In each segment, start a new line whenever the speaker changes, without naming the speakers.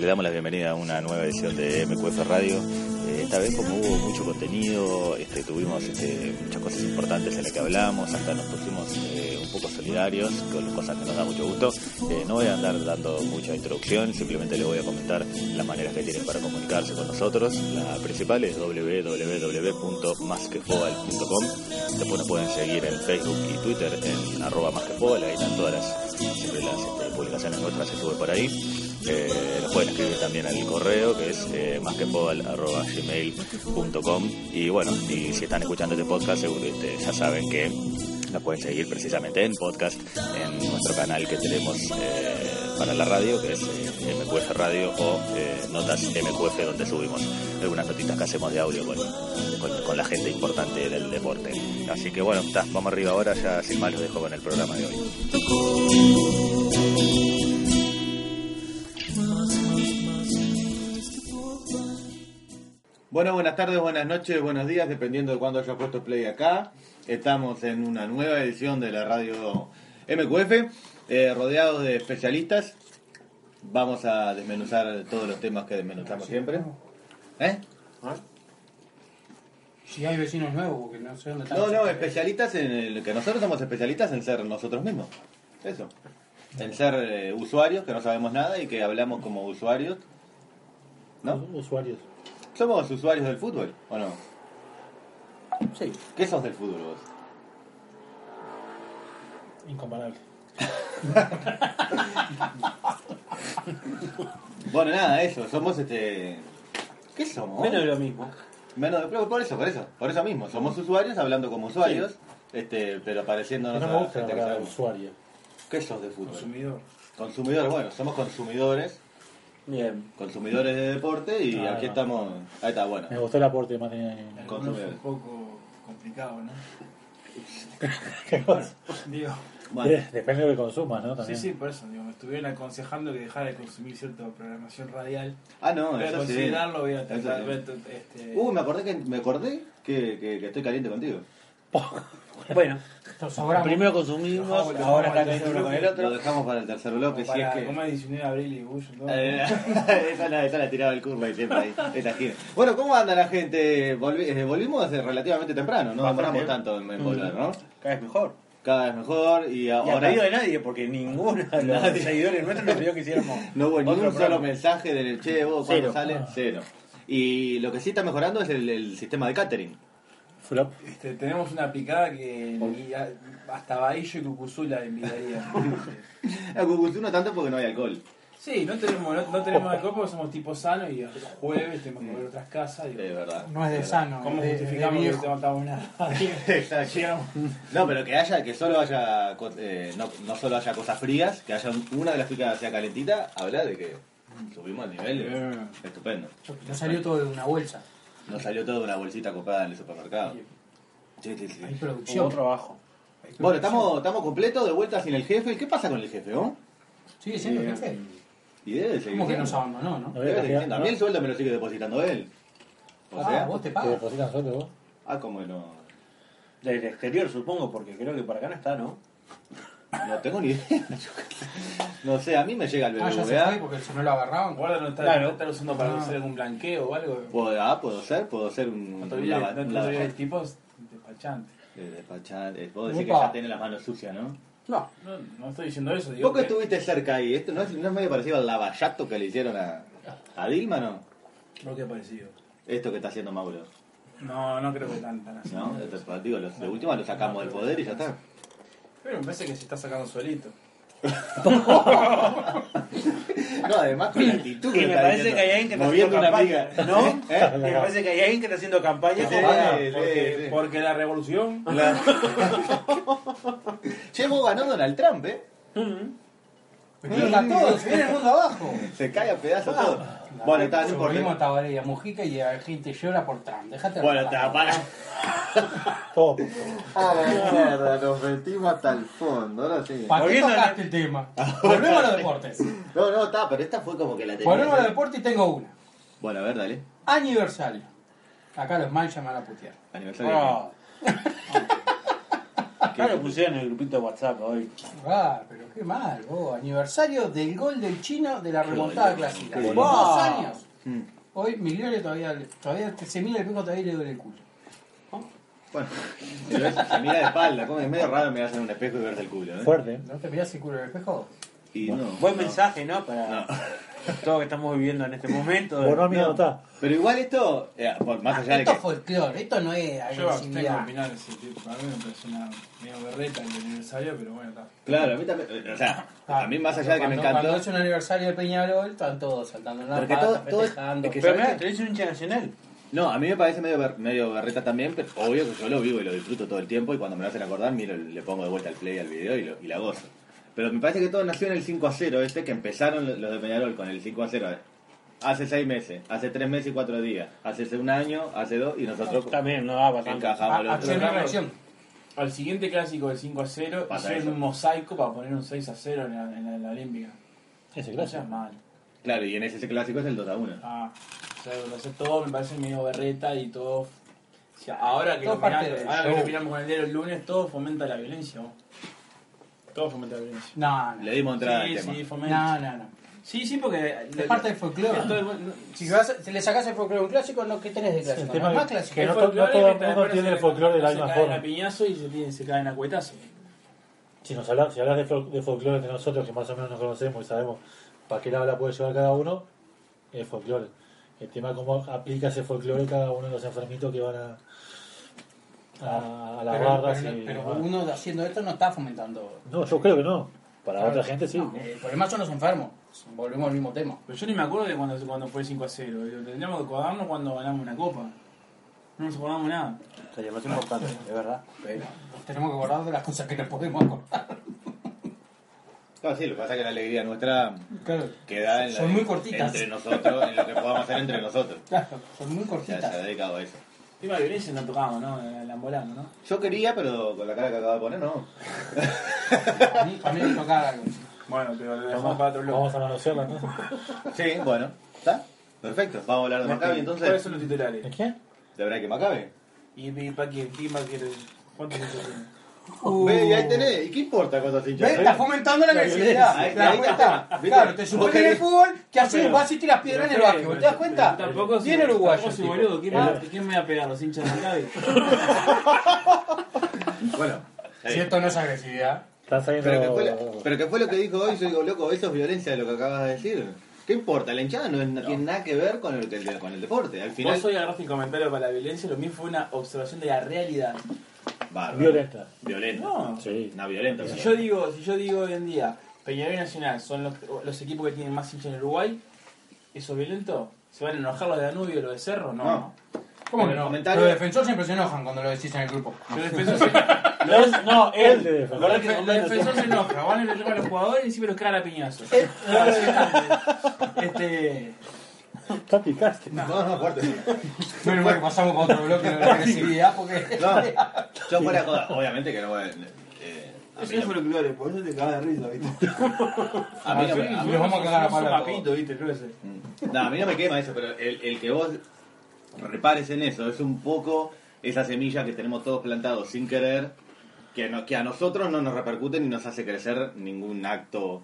le damos la bienvenida a una nueva edición de MQF Radio. Eh, esta vez como hubo mucho contenido, este, tuvimos este, muchas cosas importantes en las que hablamos, hasta nos pusimos eh, un poco solidarios con cosas que nos da mucho gusto. Eh, no voy a andar dando mucha introducción, simplemente les voy a comentar las maneras que tienen para comunicarse con nosotros. La principal es www.masquefobal.com. Después nos pueden seguir en Facebook y Twitter en arroba masquefobal, ahí están todas las, siempre las este, publicaciones nuestras se sube por ahí. Eh, nos pueden escribir también al correo que es eh, masquepodal.gmail.com Y bueno, y si están escuchando este podcast, seguro este, ya saben que la pueden seguir precisamente en podcast, en nuestro canal que tenemos eh, para la radio, que es eh, MQF Radio o eh, Notas MQF, donde subimos algunas notitas que hacemos de audio con, con- con la gente importante del deporte. Así que bueno, ta, vamos arriba ahora, ya sin más los dejo con el programa de hoy.
Bueno, buenas tardes, buenas noches, buenos días, dependiendo de cuándo haya puesto play acá. Estamos en una nueva edición de la radio MQF, eh, rodeados de especialistas. Vamos a desmenuzar todos los temas que desmenuzamos siempre. ¿Eh?
Si hay vecinos nuevos, porque no sé dónde están.
No, no, especialistas en el que nosotros somos especialistas en ser nosotros mismos. Eso. En ser eh, usuarios que no sabemos nada y que hablamos como usuarios. ¿No?
Usuarios.
Somos usuarios del fútbol, ¿o no?
Sí,
¿Qué sos del fútbol vos?
incomparable.
Bueno, nada, eso, somos este. ¿Qué somos?
Menos de lo mismo.
Menos de- pero por eso, por eso, por eso mismo. Somos usuarios hablando como usuarios, este, pero pareciéndonos
no
a
me gusta la
gente que
palabra
sabemos.
usuario.
¿Qué sos de fútbol? Consumidores,
Consumidor.
bueno, somos consumidores,
Bien.
consumidores de deporte y
Ah,
aquí
no.
estamos. Ahí está, bueno.
Me gustó el aporte de Martín.
Consumidores.
un poco complicado, ¿no? Digo,
Bueno,
Depende de lo que consumas, ¿no?
sí,
También.
sí, por eso. Digo, me estuvieron aconsejando que dejara de consumir cierta programación radial.
ah, no,
Voy a
eso sí.
considerarlo, voy a
Eso
tratar.
sí.
voy a t- este,
Uy, me acordé que me acordé que, que- que estoy caliente contigo.
Bueno,
nos sobramos.
primero consumimos,
Nos vamos,
ahora
nos
está
vamos,
caliente uno
nos
con el
vamos.
Lo
otro.
dejamos para el tercer bloque, si es
para,
que.
¿Cómo es 19 de abril y Bush? ¿no?
Eh, esa, la, esa la tiraba el curva y siempre ahí, esa gira. Bueno, ¿cómo anda la gente? Volvi- eh, volvimos eh, relativamente temprano, no
Bastante.
demoramos tanto en, en volver, ¿no?
Cada vez mejor.
Cada vez mejor y
Y a
ahora
pedido de nadie, porque ninguno de los seguidores nuestros nos pidió que hiciéramos.
no hubo
otro
ningún solo
programa.
mensaje del che, vos
Cero.
cuando sale,
Ah.
cero. Y lo que sí está mejorando es el, el sistema de catering.
Flop.
Este, tenemos una picada que ni a- hasta Bahillo y Cucuzula invitaría.
A Cucuzú no tanto porque no hay alcohol.
sí, no tenemos, no, no tenemos alcohol porque somos tipo sano y los jueves tenemos que ver otras casas.
Es
Digo,
verdad.
No es de
verdad.
sano.
¿Cómo
es de-
justificamos
de
que
viejo.
no matamos nada?
Exacto.
Llegamos.
No, pero que haya, que solo haya, co- eh, no, no solo haya cosas frías, que haya un- una de las picadas sea calentita, habla de que subimos al nivel.
Eh.
Mm.
de- Estupendo.
No salió todo de una bolsa.
Nos salió todo de una bolsita comprada en el supermercado. Sí, sí, sí.
Hay
Hubo
producción.
trabajo.
Bueno, estamos, estamos completos, de vuelta sin el jefe. ¿Y qué pasa con el jefe, no?
Sigue siendo
Eh,
jefe.
Y debe seguir.
¿Cómo que
siendo.
nos abandonó, no?
No voy
Debe seguir
a cambiar.
siendo.
¿no?
A mí el sueldo me lo sigue depositando él. O
Ah,
sea,
vos te
Te
pagas.
depositan sueldo vos.
ah, como no.
Del exterior, supongo, porque creo que para acá no está, ¿no?
No tengo ni idea. No sé, a mí me llega el
Ah, ya se fue
BBVA.
porque si no lo agarraban.
Guarda no está,
Claro.
no está usando para
Ah.
hacer algún blanqueo o algo.
Puedo, ah, puedo ser, puedo ser un,
No te
un
olvides,
lava-
no
un
te
lava-
olvides del tipo es despachante.
eh, despachante. Puedo decir que
Upa.
ya tiene las manos sucias, ¿no?
No.
No, no estoy diciendo eso, digo.
Vos que
que-
estuviste cerca ahí, ¿esto no es, no es medio parecido al lavallato que le hicieron a, a Dilma, no?
Creo que ha parecido.
Esto que está haciendo Mauro.
No, no creo que tan, tan así.
No, Esto es- digo, los- de última lo sacamos del poder y ya está.
Pero me parece que se está sacando solito.
No, además con la actitud.
Y me
está
parece
diciendo.
que hay alguien que está
Moviendo
haciendo
una
campaña.
amiga.
¿No?
¿Eh?
Me parece que hay alguien que está haciendo campaña.
Sí,
Ah,
sí,
porque,
sí.
porque la revolución.
Che, vos ganó Donald Trump, ¿eh?
Pero está todo, se viene el mundo abajo.
Se cae a pedazos
Ah.
todo. Bueno, está, no
Se
importa.
volvimos a Tabaré y a Mujica y la gente llora por Trump. Déjate
Bueno,
de
está, para.
Todo.
A Ah, la mierda, nos metimos hasta el fondo, ahora sí.
¿Para qué
Volviendo
tocaste el tema? Volvemos a los deportes.
No, no, está, pero esta fue como que la
Volvemos a los
tenía.
deportes y tengo una.
Bueno, a ver, dale.
Aniversario. Acá los mal llaman a putear.
Aniversario.
ah. Acá lo pusieron en el grupito de WhatsApp hoy.
Ah, pero qué mal, vos. Aniversario del gol del chino de la remontada clásica.
Qué
Dos
bueno.
años.
Mm.
Hoy Migliore todavía, le- todavía que se mira el pico todavía le duele el culo.
Bueno, se ve- se mira de espalda, como es medio raro mirar en un espejo y verte el culo, ¿eh?
Fuerte.
¿No te mirás el culo en el espejo?
Y no,
Buen
no,
mensaje, ¿no? Para
no.
todo lo que estamos viviendo en este momento.
Bueno, amigo,
No.
no está.
Pero igual esto, eh, por- más allá de
Ah, esto
que...
es folclore, esto no es
Yo abstengo de
agresividad.
opinar ese tipo. Para mí me parece una medio berreta el aniversario, pero bueno, está.
Claro, a mí también, eh, o sea,
Ah,
a mí más allá
pero
de que me
cuando-
encantó...
Cuando es un aniversario de Peñarol, están todos saltando en la
Porque
pata,
todo- todo-
festejando.
es que-
Pero mira, tenés un hincha nacional.
No, a mí me parece medio, ber- medio berreta también, pero obvio que yo lo vivo y lo disfruto todo el tiempo y cuando me lo hacen acordar, miro, le pongo de vuelta al play al video y, lo- y la gozo. Pero me parece que todo nació en el 5 a 0 este, que empezaron lo- los de Peñarol con el 5 a 0 eh, hace 6 meses, hace 3 meses y 4 días, hace un año, hace 2 y nosotros
También, no daba tanto.
encajamos
Ah,
los
acción
otros.
y reacción.
Al siguiente clásico del 5 a 0,
Pasa
hicieron
eso.
un mosaico para poner un 6 a 0 en la, en la, en la Olímpica.
Ese,
No seas
gracias.
mal.
Claro, y en ese clásico es el 2 a 1.
Ah, o sea, lo hace todo me parece medio berreta y todo. o sea, ahora que,
Todo
lo,
parte
miramos,
del
ahora que
show.
lo miramos con el dedo el lunes, todo fomenta la violencia. vos. Todo fomenta la violencia.
No, no.
Le dimos entrada
sí,
al tema.
sí, fomenta.
No, no, no.
Sí, sí, porque.
Es parte del folclore.
Todo el buen- no,
Si, vas- si le sacás el folclore a un clásico, no, ¿qué tenés de
Es
clásico?
el
No,
tema
más
que-
clásico.
que no,
el
to- no
folclore
todo el
mientras
mundo
después
tiene
se
el folclore de la
se
misma
caen
forma.
a piñazo y se, tienen- se caen a cuetazo.
Si, nos hablas, si hablas de, fol- de folclore entre nosotros, que más o menos nos conocemos y sabemos para qué lado la puede llevar cada uno, es folclore. El tema es cómo aplica ese folclore cada uno de los enfermitos que van a, a, a las
Pero,
barras.
pero-
y,
pero
demás.
uno haciendo esto no está fomentando.
No, yo creo que no. Para otra gente sí.
Eh, El problema son los enfermos. Volvemos al mismo tema.
Pero yo ni me acuerdo de cuando, cuando fue el 5 a 0. Digo, Tendríamos que acordarnos cuando ganamos una copa. No nos acordamos nada.
Está lo más importante, es verdad.
Pero nos tenemos que acordar de las cosas que nos podemos acordar.
Claro, Ah, sí, lo que pasa es que la alegría nuestra
Claro,
queda en la
Son
de-
muy cortitas.
entre nosotros, en lo que podamos hacer entre nosotros.
claro, son muy
Ya se ha
cortitas.
dedicado a eso.
Tema de violencia no tocamos, ¿no?
eh,
El ambolano, ¿no?
Yo quería, pero con la cara que acabo de poner, no.
A mí, a mí me tocaba algo.
Bueno, pero lo dejamos
Vamos,
para otro lado.
vamos a manosearla, ¿no?
Sí, bueno, ¿está? Perfecto. Vamos a hablar de Maccabi
¿Cuáles
entonces.
son los
¿De
titulares?
quién?
¿De verdad que Maccabi?
¿Y, y para quién? ¿Quién va a querer? ¿Cuántos puntos tiene? Uh.
Ve, y ahí tenés. ¿Y qué importa cuántos hinchas?
¿Ves? Estás
Ve.
fomentando la
Ahí
agresividad. ¿Te
está,
das
ahí
cuenta?
está. ¿Viste?
Claro, te
Vos
suponen en el
querés-
fútbol, ¿qué haces?
Pero-
Vas y tiras piedra en el
Pero,
básquetbol. ¿Te das
pero,
cuenta?
pero Tampoco
Bien uruguayo.
Tampoco
el
soy
tipo. Eh.
boludo. ¿Quién,
Ah.
me- ¿Quién me va a pegar? ¿Los hinchas de Maccabi?
Bueno. está
Si
bien.
esto no es agresividad.
Están
Pero que, fue lo,
saliendo.
pero que fue lo que dijo hoy, yo digo, loco, eso es violencia de lo que acabas de decir. ¿Qué importa? La hinchada no, es- no tiene nada que ver con el, el- con el deporte. Al final,
Vos hoy agarraste el comentario para la violencia, lo mío fue una observación de la realidad.
Bárbaro.
Violenta.
Violenta.
No.
Sí.
No, violenta.
Si
pero-
yo digo, si yo digo hoy en día, Peñarol y Nacional son los, los equipos que tienen más hinchas en Uruguay, ¿eso es violento? ¿Se van a enojar los de Danubio y los de Cerro? No.
No.
no.
¿Cómo que
El
no?
comentario-
Los defensores siempre se enojan cuando lo decís en el grupo.
Los defensores se,
No, es- no él.
El de defensa.
Acordate que
los defensores se enojan, van a enojar a los jugadores y encima los cagan a piñazo. este,
Está picaste.
No, no, fuerte.
Menos mal que pasamos para otro bloque de la agresividad porque.
No, yo fuera de joda. Obviamente que no voy a... eh, a mí
Eso es
no-
folclore, por eso te cagas de risa, ¿viste?
a mí no me- a mí
Nos vamos a cagar a
somos
palo a todos.
papito, viste, yo qué sé.
No, a mí no me quema eso, pero el, el que vos repares en eso es un poco esa semilla que tenemos todos plantados sin querer, que, no- que a nosotros no nos repercute ni nos hace crecer ningún acto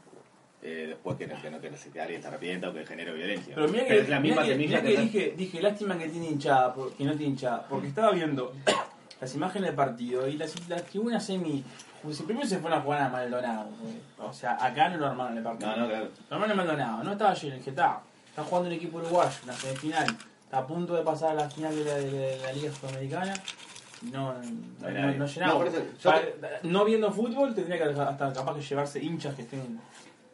eh, después que, no- que, no- que, no se- que alguien se arrepienta o que genere violencia.
Pero mira que,
es la
mirá
misma
que-
semilla
mirá
que,
que dije, dije, lástima que tiene hinchada, por- que no tiene hinchada, porque estaba viendo las imágenes del partido y las, las tribunas semi. pues, Primero se fueron a jugar a Maldonado, porque, o sea, acá no lo armaron el partido.
No, no, claro.
Lo armaron en Maldonado, no estaba lleno, en Getafe. Está jugando un equipo uruguayo, una semifinal, está a punto de pasar a la final de la, de la- de la Liga Sudamericana. No, no,
No hay
no-
nadie.
no llenaba.
No, por eso, yo
Pa- no viendo fútbol, tendría que hasta capaz que llevarse hinchas que estén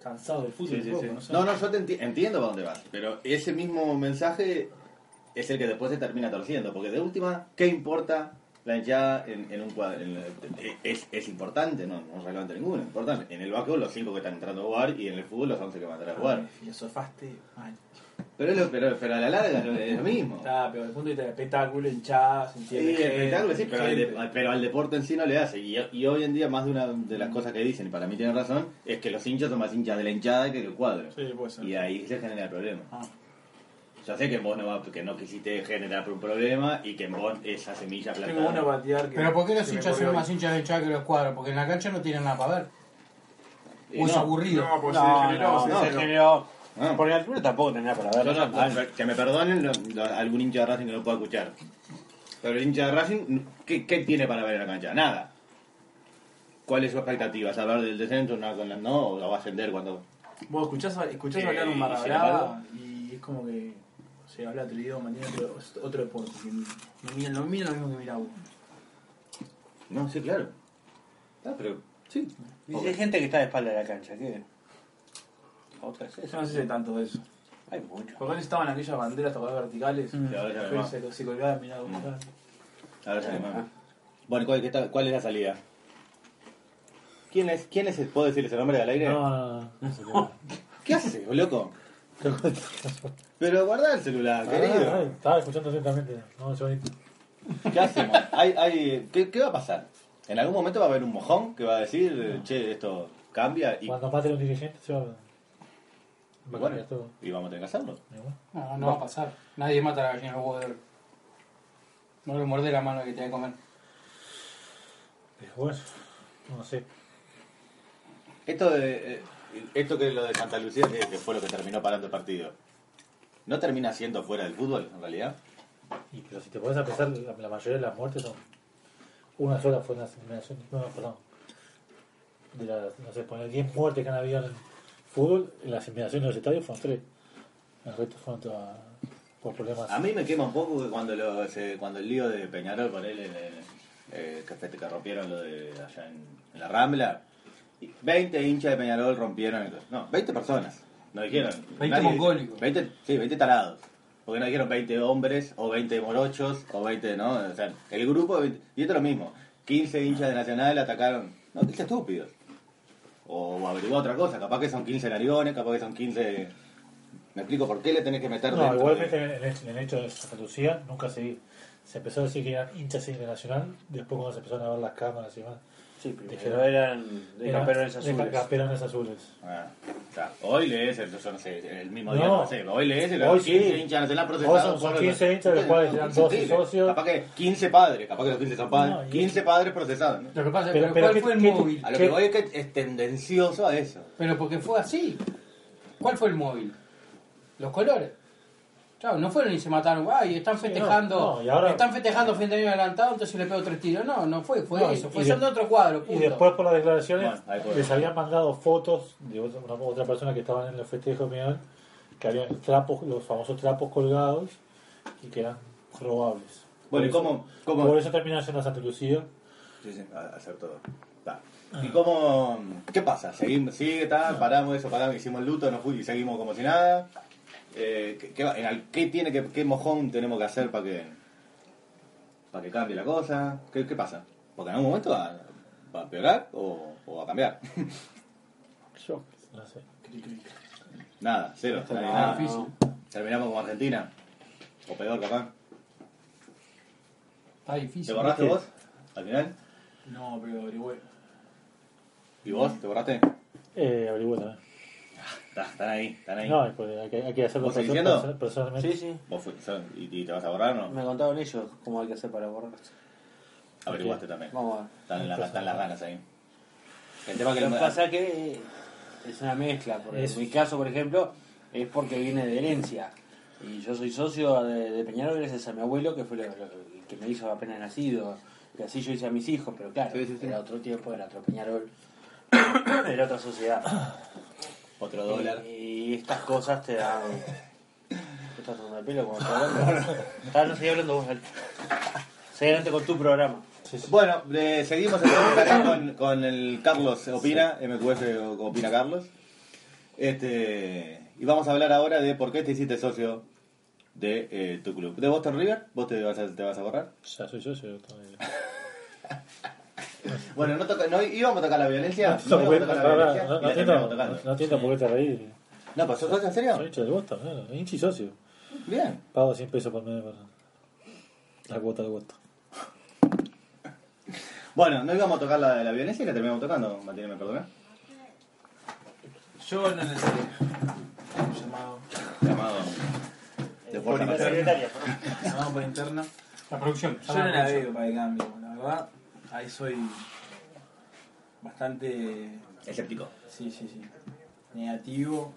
cansados del fútbol.
Sí, sí,
un poco,
sí.
no sé.
No, no, yo te enti- entiendo para dónde vas, pero ese mismo mensaje es el que después se termina torciendo, porque de última, ¿qué importa la hinchada en, en un cuadro? En- eh, es, es importante, no, no es relevante ninguno, es importante. En el básquetbol los 5 que están entrando a jugar y en el fútbol los 11 que van a entrar a jugar.
Filosofaste mal.
Pero, es lo- pero, pero a la larga no es lo mismo.
Está, pero desde el punto de vista de espectáculo, hinchada, se
Ah, Sí,
entiende.
el espectáculo sí, pero, al de-
gente.
pero al deporte en sí no le hace. Y, y hoy en día más de una de las cosas que dicen, y para mí tienen razón, es que los hinchas son más hinchas de la hinchada que del cuadro.
Sí, puede ser.
Y ahí se genera el problema.
Ah.
Yo sé que en vos no, va- que no quisiste generar un problema y que en vos esa semilla
Tengo uno
plantada.
para tirar que.
Pero ¿por qué los
que me
hinchas son
corrió
más hinchas del Chaco que los cuadros? Porque en la cancha no tienen nada para ver.
Y
O es
no,
aburrido.
No, pues
No,
se degeneró,
no,
se
no,
degeneró.
generó-
No.
Porque la tribuna tampoco tenía para
Yo
ver.
no- que me perdonen lo- lo- algún hincha de Racing que no pueda escuchar. Pero el hincha de Racing, ¿qué, qué tiene para ver en la cancha? Nada. ¿Cuál es su expectativa? ¿Hablar del descenso? No, con la- no, o la va a ascender cuando.
Vos escuchás, escuchás
Eh,
hablar un
y sin embargo-
barra y es como que se habla otro idioma, tiene otro, es otro deporte. que No miran no miran lo mismo que mira vos.
No, sí, claro. Ah, pero. Sí.
Y hay gente que está de espalda de la cancha, ¿qué? Otra es
Yo
eso.
no sé si tanto de eso.
Hay mucho. Mm.
Porque antes estaban aquellas banderas tocadas verticales,
Y ahora ya no
pero
más.
se, se colgaban, mirá vos.
Ahora se llama. Bueno, ¿cuál, qué tal- cuál es la salida? ¿Quién es? ¿Quién es? el- ¿Puedo decirles el nombre al aire?
No, no, no, no. se quedó.
¿Qué haces, loco? Pero guardá el celular, querido.
Ah, Estaba escuchando atentamente. No, yo ahí-
¿Qué hacemos? Hay, hay, ¿qué, qué va a pasar? En algún momento va a haber un mojón que va a decir, eh, che, esto cambia y,
Cuando pase un dirigente, se va a.
y
va a
bueno,
cambiar todo.
y vamos a tener que hacerlo.
Y bueno,
No, no va a pasar. Nadie mata a la gallina de los huevos de oro. No le mordé la mano que tiene que comer.
dijo, bueno, no sé.
Esto de eh, esto que es lo de Santa Lucía, que, que fue lo que terminó parando el partido, ¿no termina siendo fuera del fútbol en realidad?
Y, pero si te pones a pensar, la, la mayoría de las muertes son una sola fue una eliminación. No, perdón. De las, no sé, poner 10 muertes que han habido en el fútbol, en las eliminaciones de los estadios fueron 3. El resto fueron todas por problemas.
A mí me quema un poco que cuando lo, se- cuando el lío de Peñarol con él, eh, eh, que, fue- que rompieron lo de allá en, en la Rambla, y 20 hinchas de Peñarol rompieron, el- no, 20 personas, no dijeron.
20 mongólicos.
20, sí, 20 tarados. Porque no dijeron 20 hombres, o 20 morochos, o 20, ¿no? O sea, el grupo, de 20 y esto es lo mismo. 15 hinchas de Nacional atacaron, no, 15 estúpidos. O averiguó otra cosa, capaz que son 15 narigones, capaz que son 15... ¿Me explico por qué le tenés que meter
No,
dentro de-
igualmente en el, en el hecho de Santa Lucía nunca se vi. Se empezó a decir que eran hinchas de Nacional, después cuando se empezaron a ver las cámaras y demás.
Sí, primero
Dijeron-
eran de
eran
campeones
de
azules.
campeones azules.
Ah, está. Hoy lees el, yo no sé, el mismo
No.
día, no sé, hoy lees el
Hoy
15
sí.
hinchas, no se la han
Hoy
procesado.
son- son
solo
15
los-
hinchas, de los cuales eran 12
15,
socios.
Capaz que 15 padres, capaz que los 15 son padres.
No, y-
15 padres procesados. ¿no?
Lo que pasa es
Pero-
pero
pero
¿cuál
¿qué-
fue el
qué-
móvil?
A lo
¿Qué?
que voy es que es tendencioso a eso.
Pero porque fue así. ¿Cuál fue el móvil? Los colores. Claro, no fueron y se mataron. Ay, están festejando.
no, y ahora-
Están festejando fin de año adelantado, entonces le pego tres tiros. No, no fue, fue
No, y-
eso. Fue
y de-
son de otro cuadro.
Y
punto.
después por las declaraciones
Bueno, ahí puede.
les habían mandado fotos de otra, una- otra persona que estaba en los festejos de Peñarol, que habían trapos, los famosos trapos colgados y que eran robables.
Bueno, ¿y
Por
cómo-
eso-
cómo-
Pues, Por eso terminaron yendo a Santa Lucía.
Sí, sí, a- a hacer todo. Va. ¿Y cómo? ¿Qué pasa? Seguimos, sigue, tal, paramos eso, paramos, hicimos el luto, nos fuimos y seguimos como si nada. Eh, ¿qué, qué va- en al- qué tiene que, qué mojón tenemos que hacer para que para que cambie la cosa? ¿Qué, qué pasa? Porque en algún momento va, va a peorar o, o va a cambiar.
No sé.
nada, cero.
No,
nadie, nada.
no.
Terminamos como Argentina. O peor capaz.
Ah,
Está
¿Te
difícil.
borraste vos? Al final.
No, pero averigüé.
¿Y vos? ¿Te borraste?
Eh, averigüé también.
Está- Están ahí, están ahí.
No, hay que- hay que, hay que hacerlo
¿Vos seguís yendo?
personalmente.
Sí, sí.
¿Vos fu- son- y, y te vas a borrar o no?
Me contaron ellos cómo hay que hacer para borrarse.
Averiguaste también.
Vamos a ver.
Están, las- están las ganas ahí. El tema que
Lo que
le-
pasa que eh, es una mezcla. porque
Es-
En mi caso, por ejemplo, es porque viene de herencia. Y yo soy socio de, de Peñarol gracias a mi abuelo, que fue lo- lo- el que me hizo apenas nacido. Y así yo hice a mis hijos, pero claro,
Sí, sí, sí.
era otro tiempo, era otro Peñarol, era otra sociedad.
otro dólar.
Y estas cosas te dan... ¿Te estás tomando el pelo cuando estás hablando? Ah, no estoy hablando vos, dale. Seguí adelante con tu programa.
Bueno, eh, seguimos entonces acá con, con el Carlos Opina, MQF o- Opina Carlos. Este, y vamos a hablar ahora de por qué te hiciste socio de eh, tu club. ¿De Boston River? ¿Vos te vas a, te vas a borrar?
Ya soy yo, soy yo todavía.
Bueno, no, toca, no íbamos a tocar la violencia.
No,
No íbamos a tocar la violencia.
no,
y la
no
terminamos
entiendo-
tocando.
no entiendo por qué te reí.
No, pero ¿sos socio en
Soy
serio?
hincha de Boston, claro. Hincha y socio.
Bien.
Pago 100 pesos por mes para la cuota de Boston.
Bueno, no íbamos a tocar la, la violencia y la terminamos tocando, Matías, me perdona.
Yo no necesito. Llamado.
Llamado. de forma materna.
Vamos por interna.
La producción.
Yo no la veo para el cambio, la verdad. Ahí soy bastante.
Escéptico.
Sí, sí, sí. Negativo.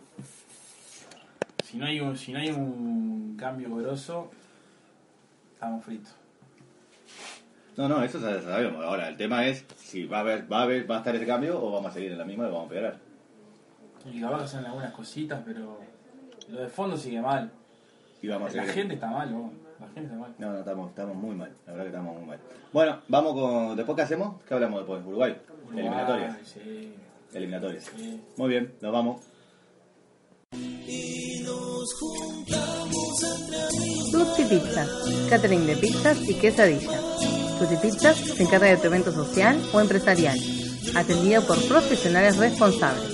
Si no hay un, si no hay un cambio grosso, estamos fritos.
No, no, eso sa- sabemos. Ahora, el tema es si va a haber, va a haber, va a estar ese cambio o vamos a seguir en la misma y vamos a pegar.
Y capaz que hacen algunas cositas, pero lo de fondo sigue mal.
Y vamos a
La
seguir.
gente está mal, vos. La gente está mal.
No, no, estamos, estamos muy mal. La verdad que estamos muy mal. Bueno, vamos con. ¿Después qué hacemos? ¿Qué hablamos después? Uruguay. Eliminatorias.
Ay, sí.
Eliminatorias.
Sí.
Muy bien, nos vamos.
Tutti Pizza, catering de pizzas y quesadillas. Tutti Pizzas se encarga de tu evento social o empresarial, atendido por profesionales responsables.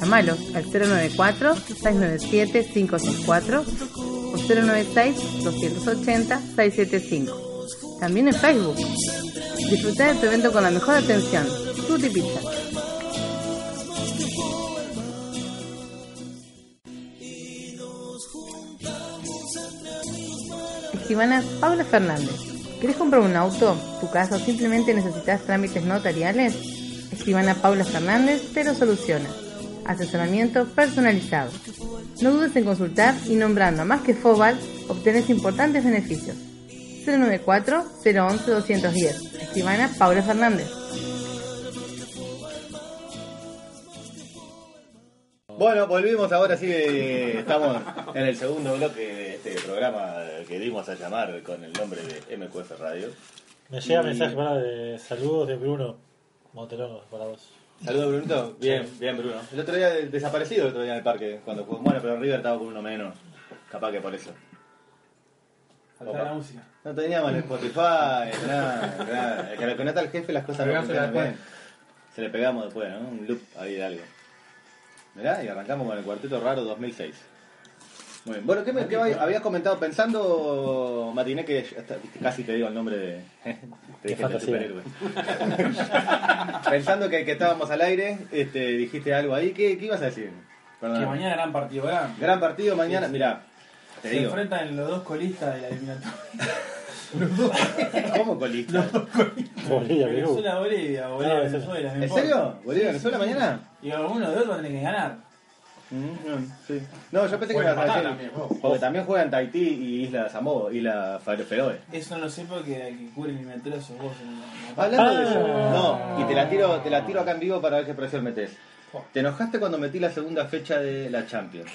Llámalos al 094-697-564 o 096-280-675. También en Facebook. Disfruta de tu evento con la mejor atención. Tutti Pizza. Estimana Paula Fernández. ¿Querés comprar un auto, tu casa o simplemente necesitas trámites notariales? Estimana Paula Fernández te lo soluciona. Asesoramiento personalizado. No dudes en consultar y nombrando a más que Fobal obtenés importantes beneficios. 094-011-210. Estimana Paula Fernández.
Bueno, volvimos ahora sí, eh, estamos en el segundo bloque de este programa que dimos a llamar con el nombre de MQF Radio.
Me llega
Y-
mensaje para de saludos de Bruno Montelongo para vos.
Saludos, Brunito. Bien, bien, Bruno. El otro día de- desaparecido, el otro día en el parque, cuando jugó. Bueno, pero River estaba con uno menos. Capaz que por eso.
Falta la música.
No teníamos el Spotify, nada, nada. El que le conecta al jefe las cosas no
Pegársela
funcionan bien. Se le pegamos después, ¿no? Un loop ahí de algo. Mirá, y arrancamos con el cuarteto raro 2006. Muy bien. Bueno, ¿qué, me, qué habías comentado? Pensando, Matiné, que ya está- casi te digo el nombre de... te dije el
fantasía.
superhéroe. Pensando que, que estábamos al aire, este, dijiste algo ahí. ¿Qué, qué ibas a decir? Perdón.
Que mañana gran partido, ¿verdad?
Gran partido mañana. Mirá, te
Se
digo.
enfrentan los dos colistas de la eliminatoria.
¿Cómo colista?
Bolivia, Perú.
Venezuela, Bolivia, Bolivia,
No, eso no.
Venezuela. no
¿En
importa.
serio? ¿Bolivia, Venezuela mañana?
Y alguno de otros tiene que ganar.
Mm, sí. No, yo pensé que me ibas a decir- Porque también juegan Tahití y Isla Samoa, Isla Fe- Feroe.
Eso no lo sé porque el que cubre el eliminatoria sos vos. en la- en la-
Hablando de
Ah.
eso. No, y te la tiro, te la tiro acá en vivo para ver qué precio metes. Te enojaste cuando metí la segunda fecha de la Champions.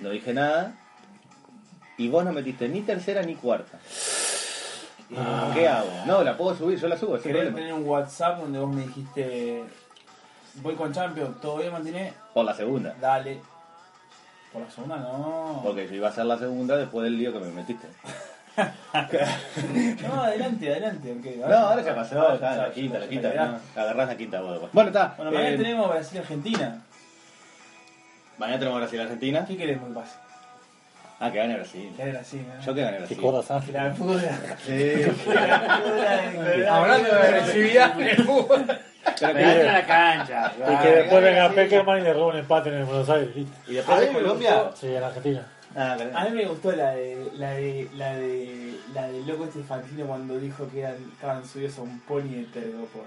No dije nada. Y vos no metiste ni tercera ni cuarta. ¿Qué hago? No, la puedo subir, yo la subo, sin
Quería
problema.
tener un WhatsApp donde vos me dijiste, voy con Champions, todavía mantiene,
Por la segunda.
dale. Por la segunda no.
Porque yo iba a ser la segunda después del lío que me metiste.
No, adelante, adelante. ok,
No, ahora ya pasó,
Ah,
ya, la quinta, la
ya
quinta.
queda.
no, agarrás la quinta vos. después. Bueno, está.
Bueno, mañana
eh,
tenemos Brasil-Argentina.
Mañana tenemos Brasil-Argentina.
¿Qué queremos que pase?
Ah, que gane Brasil.
Que gane Brasil, ¿eh?
Yo que gané
Qué
Brasil.
gordas, ¿ah?
Que la puta.
Sí.
Hablando de agresividad,
Pero
Me
que-
a la cancha.
Y Ah, que después venga Peckerman y le roba un empate en el Buenos Aires. listo.
¿Y después de Colombia?
Sí, en Argentina.
Ah,
A
claro.
mí me gustó la de la de la de la del loco este Fantino cuando dijo que eran estaban subidos a un pony de Tergopor.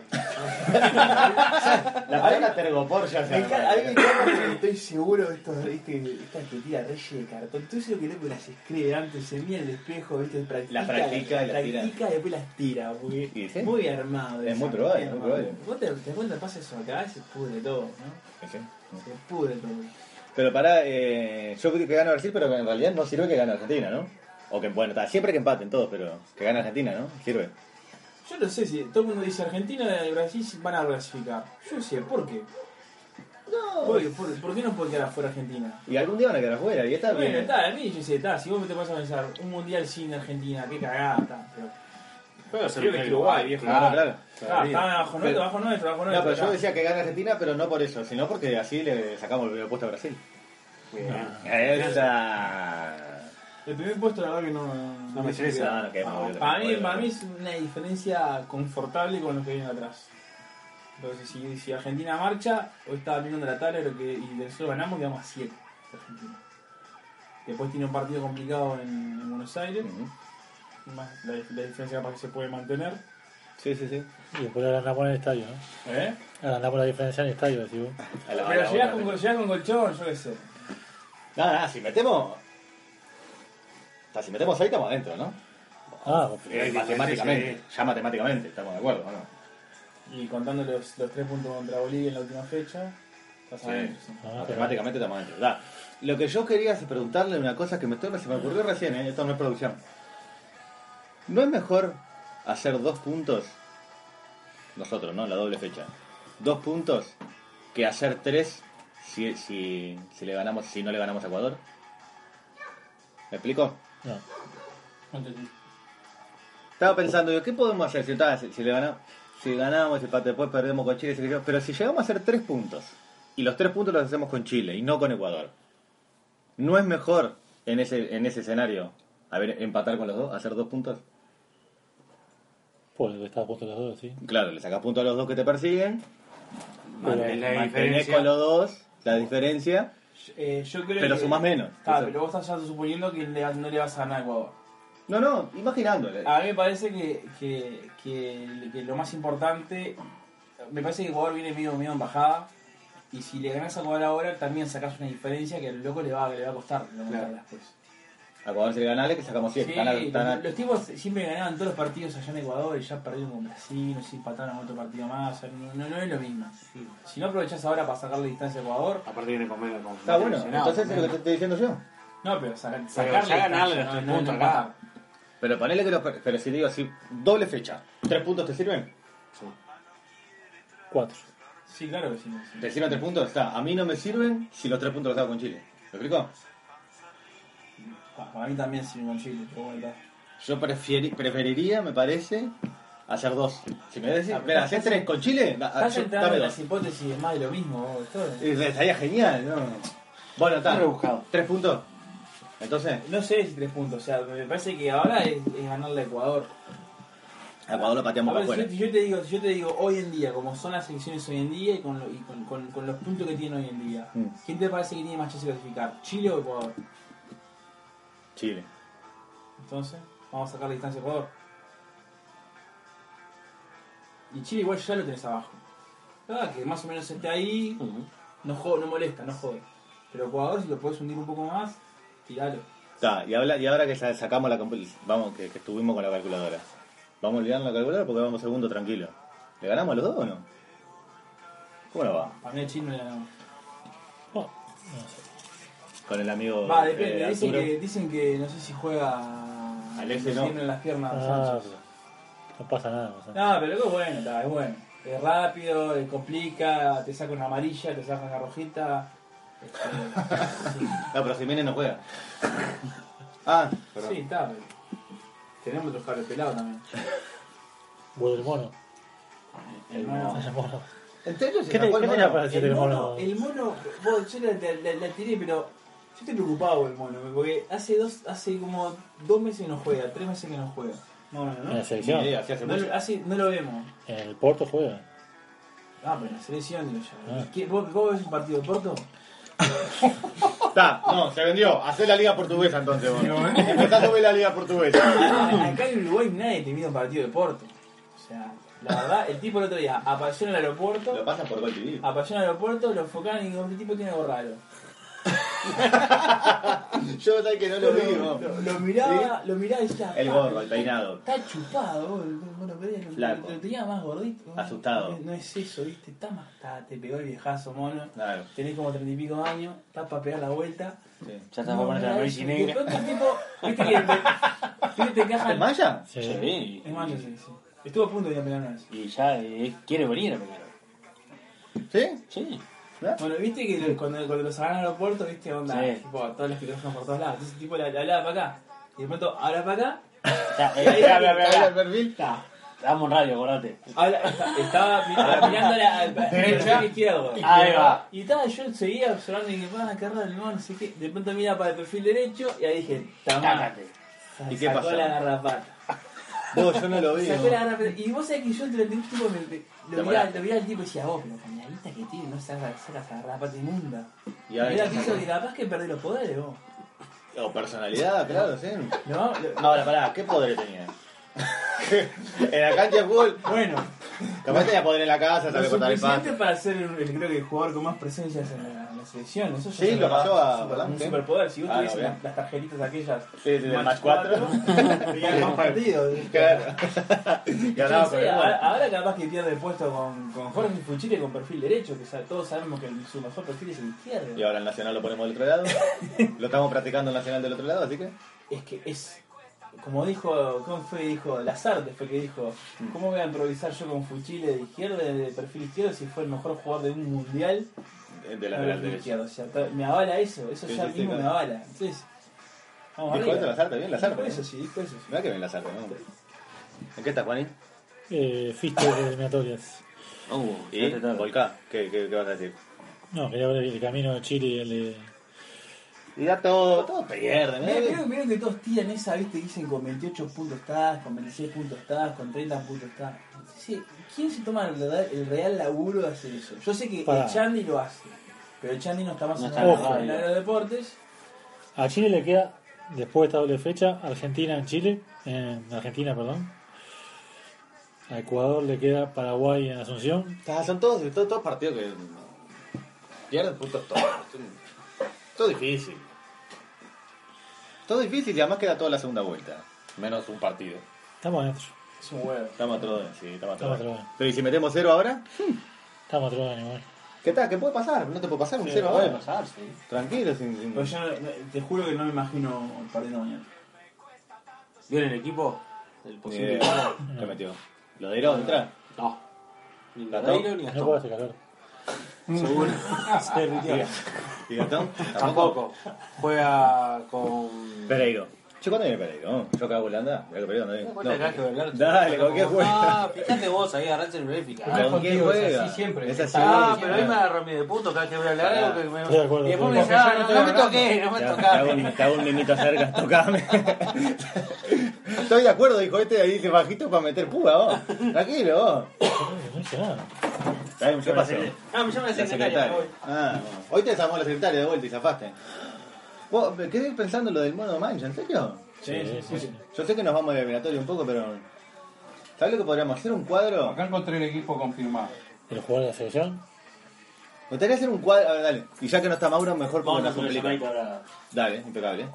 La palabra tergopor ya
Me
se
encanta- A mí me encanta porque estoy seguro de estos este, esta actitud reyes de cartón. Todo eso que loco las escribe antes, se mira en el espejo, viste, practica,
Las practica y las tira.
practica y después las tira, porque
¿Y sí?
muy armado.
Es
eso,
muy probable, es muy
armado.
probable.
Vos te, te cuenta pasa eso acá, se pudre todo, ¿no? Se pudre todo.
Pero pará, eh, yo creo que gana Brasil, pero en realidad no sirve que gane Argentina, ¿no? O que, bueno, está, siempre que empaten todos, pero que gane Argentina, ¿no? Sirve.
Yo no sé si todo el mundo dice Argentina y Brasil van a clasificar. Yo sé, ¿por qué? ¿Por qué, por, por qué no puede quedar afuera Argentina?
Y algún día van a quedar afuera, y está
Bueno,
bien.
está, a mí yo sé, está, si vos me te vas a pensar un mundial sin Argentina, qué cagada, está. Pero,
Puedo hacer
Creo que Uruguay, viejo.
Claro, claro.
Ah, está abajo nuestro, abajo nuestro, abajo
No,
nuestro.
pero yo
está.
decía que gana Argentina, pero no por eso, sino porque así le sacamos el primer puesto a Brasil.
Eh,
Eh, Esa.
El primer puesto la verdad que no...
No me interesa.
No, no, que no, no,
Para mí,
no,
para
no.
mí es una diferencia confortable con los que vienen atrás. Entonces, si, si Argentina marcha, hoy estaba mirando la tabla y, lo que, y nosotros ganamos, quedamos a 7. Argentina. Después tiene un partido complicado en, en Buenos Aires.
Ujú.
Más la, la diferencia capaz que se puede mantener.
Sí, sí, sí.
Y después ahora andamos en el estadio, ¿no?
¿Eh?
Ahora andamos la diferencia en el estadio, decimos.
A la- a la
Pero llegás
hora.
con, llegás con colchón, yo qué sé.
No, no, si metemos. O sea, si metemos ahí estamos adentro, ¿no?
Ah,
Eh, matemáticamente. Ya matemáticamente, estamos de acuerdo, ¿o ¿no?
Y contando los, los tres puntos contra Bolivia en la última fecha, estás
Sí.
adentro, sí.
ah,
Matemáticamente estamos adentro. Da. Lo que yo quería es preguntarle una cosa que me estoy- se me ocurrió recién, ¿eh? esto no es producción. ¿No es mejor hacer dos puntos? Nosotros, ¿no? La doble fecha. Dos puntos que hacer tres si, si, si le ganamos, si no le ganamos a Ecuador. ¿Me explico?
no.
No entendí.
Estaba pensando, yo, ¿qué podemos hacer? Si, está, si, si le ganamos, si ganamos, si pa- después perdemos con Chile, si- pero si llegamos a hacer tres puntos, y los tres puntos los hacemos con Chile y no con Ecuador, ¿no es mejor en ese, en ese escenario a ver, empatar con los dos, hacer dos puntos?
Pues está a punto los dos, sí.
Claro, le sacas puntos a los dos que te persiguen,
Mantenés la
mantenés
diferencia.
con los dos la diferencia,
Eh, yo creo
pero
que-
sumás menos.
Ah,
Eso.
pero vos estás ya suponiendo que le- no le vas a ganar a Ecuador.
No, no, imaginándole.
Ah.
A mí me parece que, que, que- que lo más importante. Me parece que Ecuador viene medio, medio en bajada. Y si le ganas a Ecuador ahora, también sacas una diferencia que al loco le va, le va a costar. lo
Claro.
después.
A Ecuador si le ganale, que sacamos
Sí,
100. ganar- ganar-
los, los tipos siempre ganaban todos los partidos allá en Ecuador y ya perdieron con Brasil, no sé si empataron otro partido más. o sea, no, no- no es lo mismo. Si no aprovechás ahora para sacarle distancia a Ecuador,
Aparte viene con menos. con-
Está bueno,
lesionado
entonces es lo que te estoy diciendo yo.
no, pero saca-
ya
sacarle.
ganarle
distancia,
los
no-
tres
no-
puntos
no
acá.
pasa.
Pero ponele que los. per- Pero si digo así, doble fecha. ¿Tres puntos te sirven?
Sí.
Cuatro.
Sí, claro que sí. sí.
¿Te sirven tres puntos? Está. A mí no me sirven si los tres puntos los hago con Chile. ¿Lo explico?
Pa- Para mí también sirve con Chile, pero bueno, está.
Yo prefieri- preferiría, me parece, hacer dos. Si me decís,
Ah, pero
mira,
estás-
hacer tres con Chile, da-
Estás
Ah, yo-
entrando
dame
en
dos.
las hipótesis de más de lo mismo, vos, todo.
Eh, Estaría genial, ¿no? Bueno, está.
Muy rebuscado.
¿Tres puntos? Entonces,
No sé si tres puntos, o sea, me parece que ahora es, es ganarle a Ecuador.
a Ecuador lo pateamos
A
para
ver, si
afuera.
yo, si yo te digo, si yo te digo hoy en día, como son las selecciones hoy en día y con, lo- y con, con- con los puntos que tienen hoy en día,
Mm.
¿quién te parece que tiene más chance de clasificar? ¿Chile o Ecuador?
Chile.
Entonces, vamos a sacar la distancia a Ecuador. Y Chile igual ya lo tenés abajo. Ah, que más o menos esté ahí, no, jo- no molesta, no jode. Pero Ecuador, si lo podés hundir un poco más, tiralo.
Está, y, habla- y ahora que sa- sacamos la compu- vamos, que, que estuvimos con la calculadora. Vamos a olvidar la calculadora porque vamos segundo tranquilo. ¿Le ganamos a los dos o no? ¿Cómo lo va?
Para mí a Chile no le ganamos.
No, no sé.
Con el amigo.
Va, depende.
eh,
dicen,
Arturo.
que, dicen que no sé si juega.
Alexis,
que
no.
tiene las piernas.
Ah,
Sánchez.
no pasa nada. o sea.
No, pero loco es bueno, está, es bueno. Es rápido, te complica, te saca una amarilla, te saca una rojita. Este, sí.
No, pero Jiménez no juega. Ah,
sí, está. pero Tenemos otros cables pelados también.
Vuelve el mono.
El mono.
El mono.
¿en serio se
¿Qué te-
sacó el
qué
mono?
tenía para decir
El
del
mono,
mono?
el mono, vos, yo la, la- la- la tiré, pero yo estoy preocupado por el mono, porque hace dos, hace como dos meses que no juega, tres meses que no juega. No, no,
En la
no.
Ni
selección.
idea, sí, hace
No
mucho.
lo- hace- no lo vemos.
En el Porto juega.
Ah, pero la selección, digo yo.
Ah.
¿Qué- ¿Vos, vos ves un partido de Porto?
Está, no, se vendió. Hacé la liga portuguesa entonces vos. Empezá a subir la liga portuguesa.
Ah, Acá en Uruguay nadie te mira un partido de Porto. O sea, la verdad, el tipo el otro día apareció en el
Lo
aeropuerto,
pasan por Gol TV.
apareció en el aeropuerto, lo enfocaron y digo, este tipo tiene algo raro.
Yo sé que no lo digo.
Lo, lo miraba, lo miraba y decía,
El
"Ah,
gorro, el peinado.
Está chupado, boludo. bueno, pero era-
Flaco.
lo tenía más gordito. boludo.
Asustado.
No, es eso, viste, está más, está- te pegó el viejazo, mono.
Claro,
Tenés como treinta y pico de años, está para pegar la vuelta.
sí.
Ya está para poner la
de
bici negra.
pronto el tipo, viste que viste, te
¿El
encajan.
¿Ah, Maya?
Sí.
Sí.
Es Maya, sí, sí. Estuvo a punto de ir a pegar una vez.
Y ya eh, quiere venir a pegar.
¿Sí?
Sí.
Bueno, viste que lo- cuando, cuando los agarran al aeropuerto, viste onda,
Sí.
tipo, a todos los que trabajan por todos lados. Entonces, tipo, la, la hablaba para acá. Y de pronto, habla para acá.
Ya, eh, espera, espera, espera,
¿Habla el
espera.
perfil?
Ta.
Damos radio, acordate.
Habla- esta- estaba mi- mirando la, al perfil izquierdo.
Ahí va.
Y estaba yo seguía observando y dije, ah, qué raro el mono, no sé qué. De pronto mira para el perfil derecho y ahí dije, tamá.
Cállate.
¿Y qué
sacó
pasó?
la garrapata.
No, yo no lo vi.
Sacó la garrapata. Y vos sabés que yo durante un tiempo me- me-
Te
lo miraba
moraste.
lo miraba al tipo y decía, vos, pero con la guita que tiene no sacas saca esa garrapata inmunda.
Y ahora-
Mira, que hizo que capaz que perdí los poderes vos.
O personalidad, claro, sí.
¿No?
Ahora, pará, ¿qué poder tenía? en la cancha de fútbol,
Bueno,
capaz tenía poder en la casa,
lo
sabe cortar el
suficiente
pan.
para ser, el- creo que, el jugador con más presencias en la, en la selección. Eso ya
Sí,
es
lo
una-
pasó a
un super-
Balán,
Un
sí.
superpoder. Si vos
Ah,
tuviese
no,
las,
bien.
las tarjetitas aquellas
Sí, del match
cuatro, tenías más partidos.
Claro.
Yo
Ganaba con
no sé,
el
ahora,
gol.
ahora capaz que pierde el puesto con, con Jorge Fuchile con perfil derecho, que sa- todos sabemos que el- su mejor perfil es el
Y
izquierdo.
ahora el Nacional lo ponemos del otro lado. Lo estamos practicando el Nacional del otro lado, así que.
Es que es, como dijo, ¿cómo fue? Dijo, Lazarte fue el que dijo,
Mm.
¿cómo voy a improvisar yo con Fuchile de izquierda, de perfil izquierdo, si fue el mejor jugador de un mundial?
De
con
lateral
perfil
derecho.
izquierdo? O sea, to- me avala eso, eso
Sí,
ya
sí, sí,
mismo me
claro.
avala. Entonces, vamos
Dijo esto
arriba.
la sarta, bien la sarta.
Dijo eso sí, dijo eso sí.
Mira que bien la sarta, ¿no? ¿En qué estás, Juanín?
Eh, fichas eliminatorias.
Uh,
¿Y?
ya te tardo.
Volcá, ¿qué, qué, qué vas a decir?
No, quería ver el camino de Chile y el de.
Y ya todo, todo pierden,
Mira,
¿eh?
creo, creo que todos tiran esa, viste, que dicen con 28 puntos estás, con 26 puntos estás, con 30 puntos estás. Sí, ¿Quién se toma el, verdad- el real laburo de hacer eso? Yo sé que
Pará.
el Chandy lo hace, pero el Chandy no está más
No
en
está
el-
en la
en
radio.
los deportes.
A Chile le queda, después de esta doble fecha, Argentina en Chile, en Argentina, perdón. A Ecuador le queda Paraguay en Asunción.
Ah, son todos, todos, todos partidos que pierden puntos todos. Son- Todo difícil. Todo difícil y además queda toda la segunda vuelta. Menos un partido.
Estamos adentro.
Es un huevo.
Estamos todos, sí, estamos
Estamos
todos.
atrás.
Pero ¿y si metemos cero ahora?
Estamos atrás de animal.
¿Qué tal? ¿Qué puede pasar? No te puede pasar un cero
Puede
ahora.
pasar, sí.
Tranquilo, sin, sin-
Pero yo no- no- te juro que no me imagino perdiendo mañana.
¿Vieron el equipo? Eh, El
ni
posible.
idea. Se Eh, metió. ¿Lo dieron entrar?
No. Ni
¿Gastón?
Lodeiro ni
No
Gastón.
puede hacer calor.
Seguro. Se retiró.
¿Y Gastón?
Tampoco. Juega con.
Pereiro. Che, ¿cuándo viene Pereiro? Yo cago en la anda. Mira que Pereiro no viene.
Bueno, acá que hablar.
Dale, ¿con qué juega?
Ah, fíjate vos ahí, agarrate el verifica.
¿Con quién
contigo, es
juega?
así siempre.
Es así.
Ah, pero ahí me agarró mi de puto cada vez que voy a hablar
Ah,
algo que me...
estoy de acuerdo,
y después me
estoy
dice,
de
ah,
acuerdo.
no, no me toqué, no me
Te hago- te hago
tocaste.
un- te hago un mimito cerca, tocame. Estoy de acuerdo, dijo este ahí dice bajito para meter púa vos. Tranquilo vos.
No dice nada.
Dale un
¿Qué pasa?
abrazo.
Ah, me llama la
La
secretaria.
secretaria. Ah, bueno. hoy te llamó la secretaria de vuelta y zafaste. Vos, me quedé pensando lo del mono mancha, ¿en serio?
Sí, sí, sí.
Yo sé que nos vamos de eliminatorio un poco, pero. ¿Sabes lo que podríamos hacer? Un cuadro.
Acá encontré el equipo confirmado.
El jugador de la selección.
Me gustaría hacer un cuadro. A ver, dale. Y ya que no está Mauro, mejor
Vamos
porque
a
nos
hacer
complica.
Jamaica ahora.
Dale, impecable.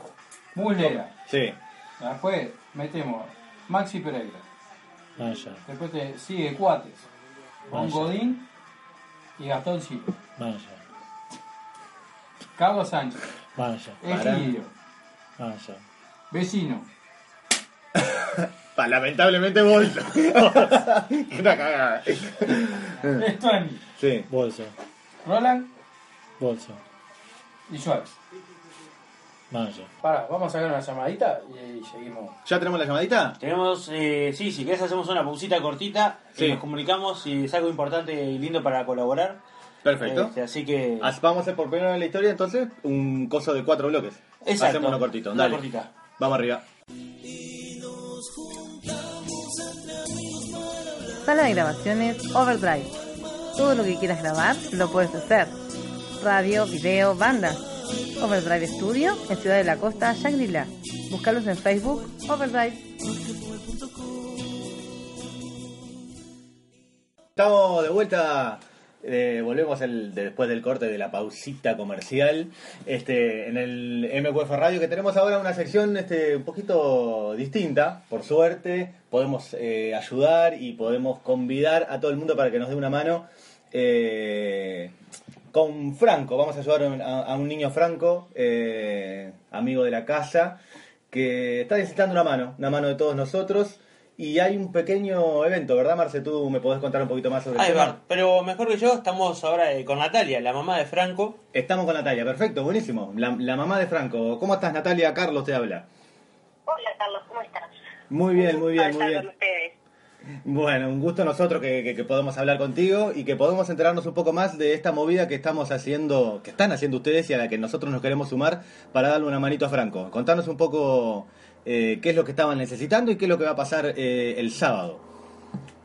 Muslera.
Sí.
Después metemos Maxi Pereira.
Ah, ya.
Después te sigue Cuates. Juan
Vaya.
Godín y Gastón Silva.
Vaya.
Carlos Sánchez.
Vaya.
Pará.
Egidio.
Vaya.
Vecino.
Pa, lamentablemente bolso. Una cagada. Eh.
Estuani.
Sí.
Bolso.
Roland
Bolso.
y Suárez.
Vaya.
Pará, vamos a sacar una llamadita y seguimos.
¿Ya tenemos la llamadita?
Tenemos, eh, sí, si querés hacemos una pausita cortita
Sí.
y nos comunicamos si es algo importante y lindo para colaborar.
Perfecto.
Este, así que...
As- Vamos a hacer por primera vez en la historia entonces un coso de cuatro bloques.
Exacto.
Hacemos uno cortito.
Una
Dale.
cortita.
Vamos arriba.
Sala de grabaciones Overdrive. Todo lo que quieras grabar lo puedes hacer. Radio, video, banda. Overdrive Studio en Ciudad de la Costa, Shangri-La. Búscalos en Facebook, Overdrive.
Estamos de vuelta. eh, volvemos el- de- después del corte de la pausita comercial este en el MQF Radio que tenemos ahora una sección este un poquito distinta por suerte podemos eh, ayudar y podemos convidar a todo el mundo para que nos dé una mano eh, con Franco vamos a ayudar a un, a- a un niño Franco eh, amigo de la casa que está necesitando una mano una mano de todos nosotros y hay un pequeño evento verdad Marce tú me podés contar un poquito más sobre el
Ahí
tema?
va. Pero mejor que yo, estamos ahora eh, con Natalia, la mamá de Franco.
Estamos con Natalia, perfecto, buenísimo. La, la mamá de Franco. ¿Cómo estás, Natalia? Carlos te habla.
Hola Carlos, ¿cómo estás?
Muy bien, muy bien,
Para
muy
estar
bien.
con ustedes.
Bueno, un gusto nosotros que, que- que podamos hablar contigo y que podamos enterarnos un poco más de esta movida que estamos haciendo, que están haciendo ustedes y a la que nosotros nos queremos sumar para darle una manito a Franco. Contanos un poco eh, qué es lo que estaban necesitando y qué es lo que va a pasar eh, el sábado.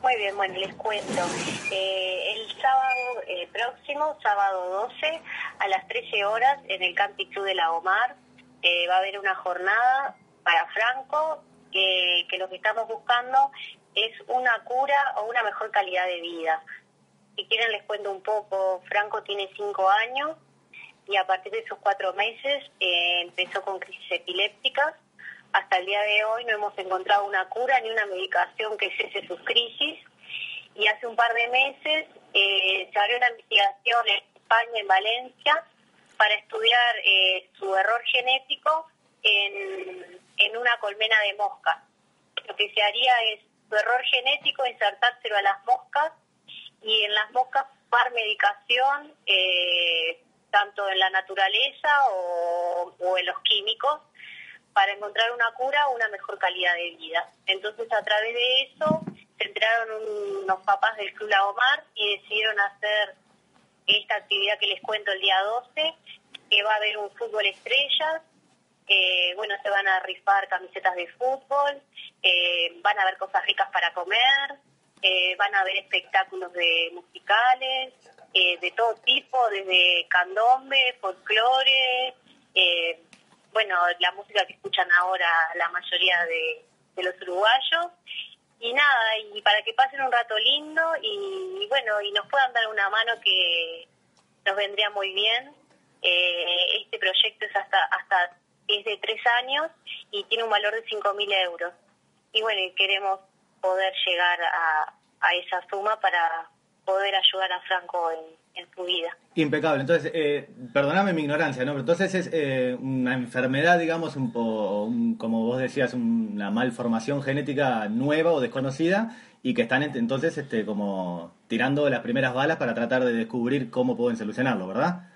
Muy bien, bueno, les cuento. Eh, el sábado eh, próximo, sábado 12, a las 13 horas, en el Camping Club de la Omar, eh, va a haber una jornada para Franco que, que lo que estamos buscando es una cura o una mejor calidad de vida. Si quieren les cuento un poco, Franco tiene cinco años y a partir de esos cuatro meses eh, empezó con crisis epilépticas. Hasta el día de hoy no hemos encontrado una cura ni una medicación que cese sus crisis. Y hace un par de meses eh, se abrió una investigación en España, en Valencia, para estudiar eh, su error genético en, en una colmena de moscas. Lo que se haría es su error genético, insertárselo a las moscas y en las moscas tomar medicación, eh, tanto en la naturaleza o, o en los químicos, para encontrar una cura o una mejor calidad de vida. Entonces, a través de eso, se enteraron un- unos papás del Club La Omar y decidieron hacer esta actividad que les cuento el día 12, que va a haber un fútbol estrellas, eh, bueno, se van a rifar camisetas de fútbol, eh, van a haber cosas ricas para comer, eh, van a haber espectáculos de musicales, eh, de todo tipo, desde candombe, folclore, eh, bueno, la música que escuchan ahora la mayoría de, de los uruguayos. Y nada, y para que pasen un rato lindo y, y bueno, y nos puedan dar una mano que nos vendría muy bien. Eh, este proyecto es hasta, hasta es de tres años y tiene un valor de 5.000 euros. Y bueno, y queremos poder llegar a, a esa suma para poder ayudar a Franco en, en su vida.
Impecable. Entonces, eh, perdoname mi ignorancia, ¿no? Pero entonces es eh, una enfermedad, digamos, un po- un- como vos decías, un- una malformación genética nueva o desconocida y que están ent- entonces este, como tirando las primeras balas para tratar de descubrir cómo pueden solucionarlo, ¿verdad?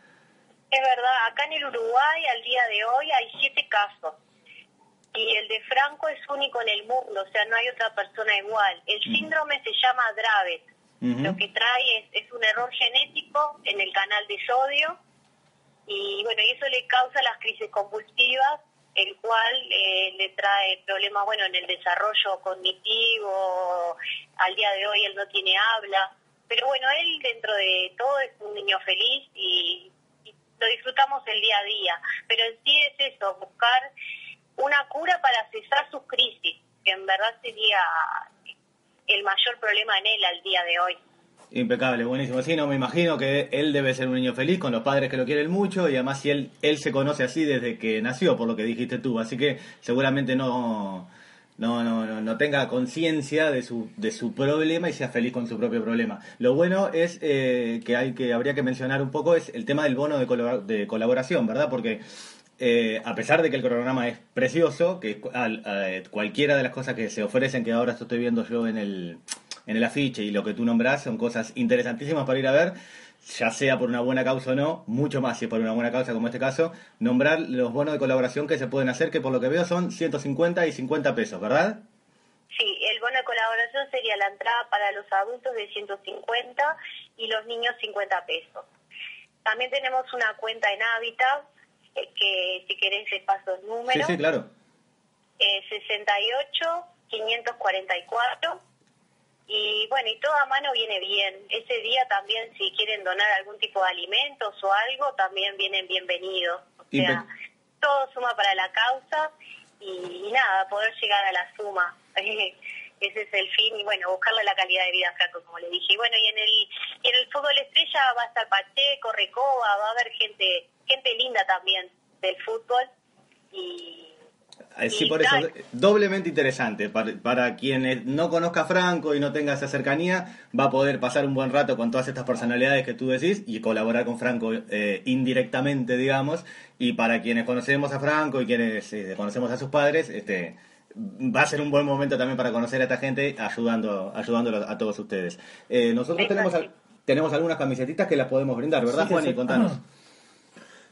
Es verdad, acá en el Uruguay al día de hoy hay siete casos. Y el de Franco es único en el mundo, o sea, no hay otra persona igual. El síndrome se llama Dravet.
Ujú.
Lo que trae es, es un error genético en el canal de sodio. Y bueno, y eso le causa las crisis convulsivas, el cual eh, le trae problemas, bueno, en el desarrollo cognitivo. Al día de hoy él no tiene habla. Pero bueno, él dentro de todo es un niño feliz y y lo disfrutamos el día a día. Pero en sí es eso, buscar una cura para cesar sus crisis, que en verdad sería el mayor problema en él al día de hoy.
Impecable, buenísimo. Sí, no, me imagino que él debe ser un niño feliz con los padres que lo quieren mucho y además si él, él se conoce así desde que nació, por lo que dijiste tú, así que seguramente no, no, no, no, no tenga conciencia de su, de su problema y sea feliz con su propio problema. Lo bueno es eh, que hay que habría que mencionar un poco es el tema del bono de, colabora- de colaboración, ¿verdad? Porque eh, a pesar de que el cronograma es precioso, que cu- al- eh, cualquiera de las cosas que se ofrecen, que ahora estoy viendo yo en el, en el afiche y lo que tú nombrás, son cosas interesantísimas para ir a ver, ya sea por una buena causa o no, mucho más si es por una buena causa como este caso, nombrar los bonos de colaboración que se pueden hacer, que por lo que veo son 150 y 50 pesos, ¿verdad?
Sí, el bono de colaboración sería la entrada para los adultos de 150 y los niños 50 pesos. También tenemos una cuenta en Habitat, eh, que si querés les paso el número,
sí, sí, claro.
eh, 68 544. Y bueno, y toda mano viene bien. Ese día también si quieren donar algún tipo de alimentos o algo, también vienen bienvenidos. O
Impe-
sea, todo suma para la causa y, y nada, poder llegar a la suma. Ese es el fin y bueno, buscarle la calidad de vida a Franco, como le dije. Y bueno, y en el, y en el fútbol estrella va a estar Pacheco, Recoba, va a haber gente, gente linda también del fútbol. Y,
Eh, Sí,
Y
por eso,
tal.
doblemente interesante. Para, para quien eh, no conozca a Franco y no tenga esa cercanía, va a poder pasar un buen rato con todas estas personalidades que tú decís y colaborar con Franco eh, indirectamente, digamos. Y para quienes conocemos a Franco y quienes eh, conocemos a sus padres, este va a ser un buen momento también para conocer a esta gente ayudando ayudándolos a todos ustedes. Eh, nosotros tenemos, al- tenemos algunas camisetitas que las podemos brindar, ¿verdad,
Sí,
Juan? Y
sí.
contanos.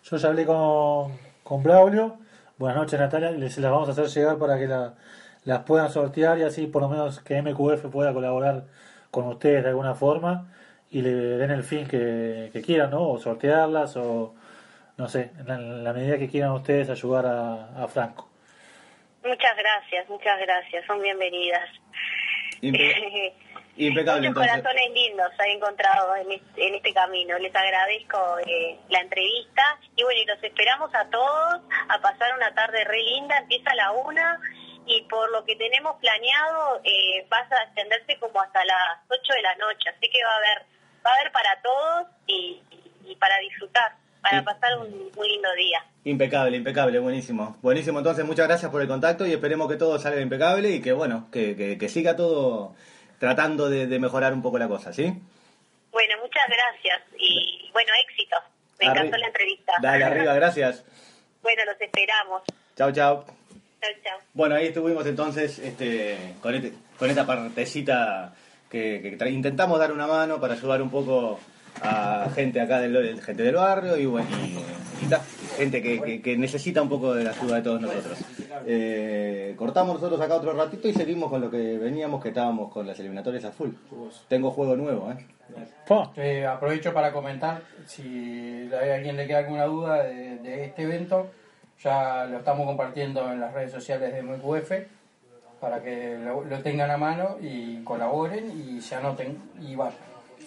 Yo ya hablé con, con Braulio. Buenas noches, Natalia. y Les las vamos a hacer llegar para que la- las puedan sortear y así por lo menos que MQF pueda colaborar con ustedes de alguna forma y le den el fin que, que quieran, ¿no? O sortearlas o, no sé, en la, en la medida que quieran ustedes ayudar a, a Franco.
Muchas gracias, muchas gracias, son bienvenidas.
Impe- Impecable,
Muchos
entonces.
corazones lindos he encontrado en este, en este camino. Les agradezco eh, la entrevista y bueno, y los esperamos a todos a pasar una tarde re linda. Empieza a la una y por lo que tenemos planeado eh, vas a extenderse como hasta las 8 de la noche. Así que va a haber, va a haber para todos y, y para disfrutar, para
Sí.
pasar un, un lindo día.
Impecable, impecable, buenísimo. Buenísimo, entonces muchas gracias por el contacto y esperemos que todo salga impecable y que bueno, que, que- que siga todo tratando de, de mejorar un poco la cosa, ¿sí?
Bueno, muchas gracias y bueno, éxito. Me
Arri-
encantó la entrevista.
Dale arriba, gracias.
Bueno, los esperamos.
Chao, chao.
Chao, chao.
Bueno, ahí estuvimos entonces este, con, este- con esta partecita que, que tra- intentamos dar una mano para ayudar un poco a gente acá del, del- gente del barrio y bueno, y- y ta, gente que, que- que necesita un poco de la ayuda de todos nosotros. Eh, cortamos nosotros acá otro ratito y seguimos con lo que veníamos, que estábamos con las eliminatorias a full. Tengo juego nuevo, ¿eh?
Po.
Eh, aprovecho para comentar, si hay alguien le queda alguna duda de, de este evento, ya lo estamos compartiendo en las redes sociales de MQF para que lo, lo tengan a mano y colaboren y se anoten y vayan.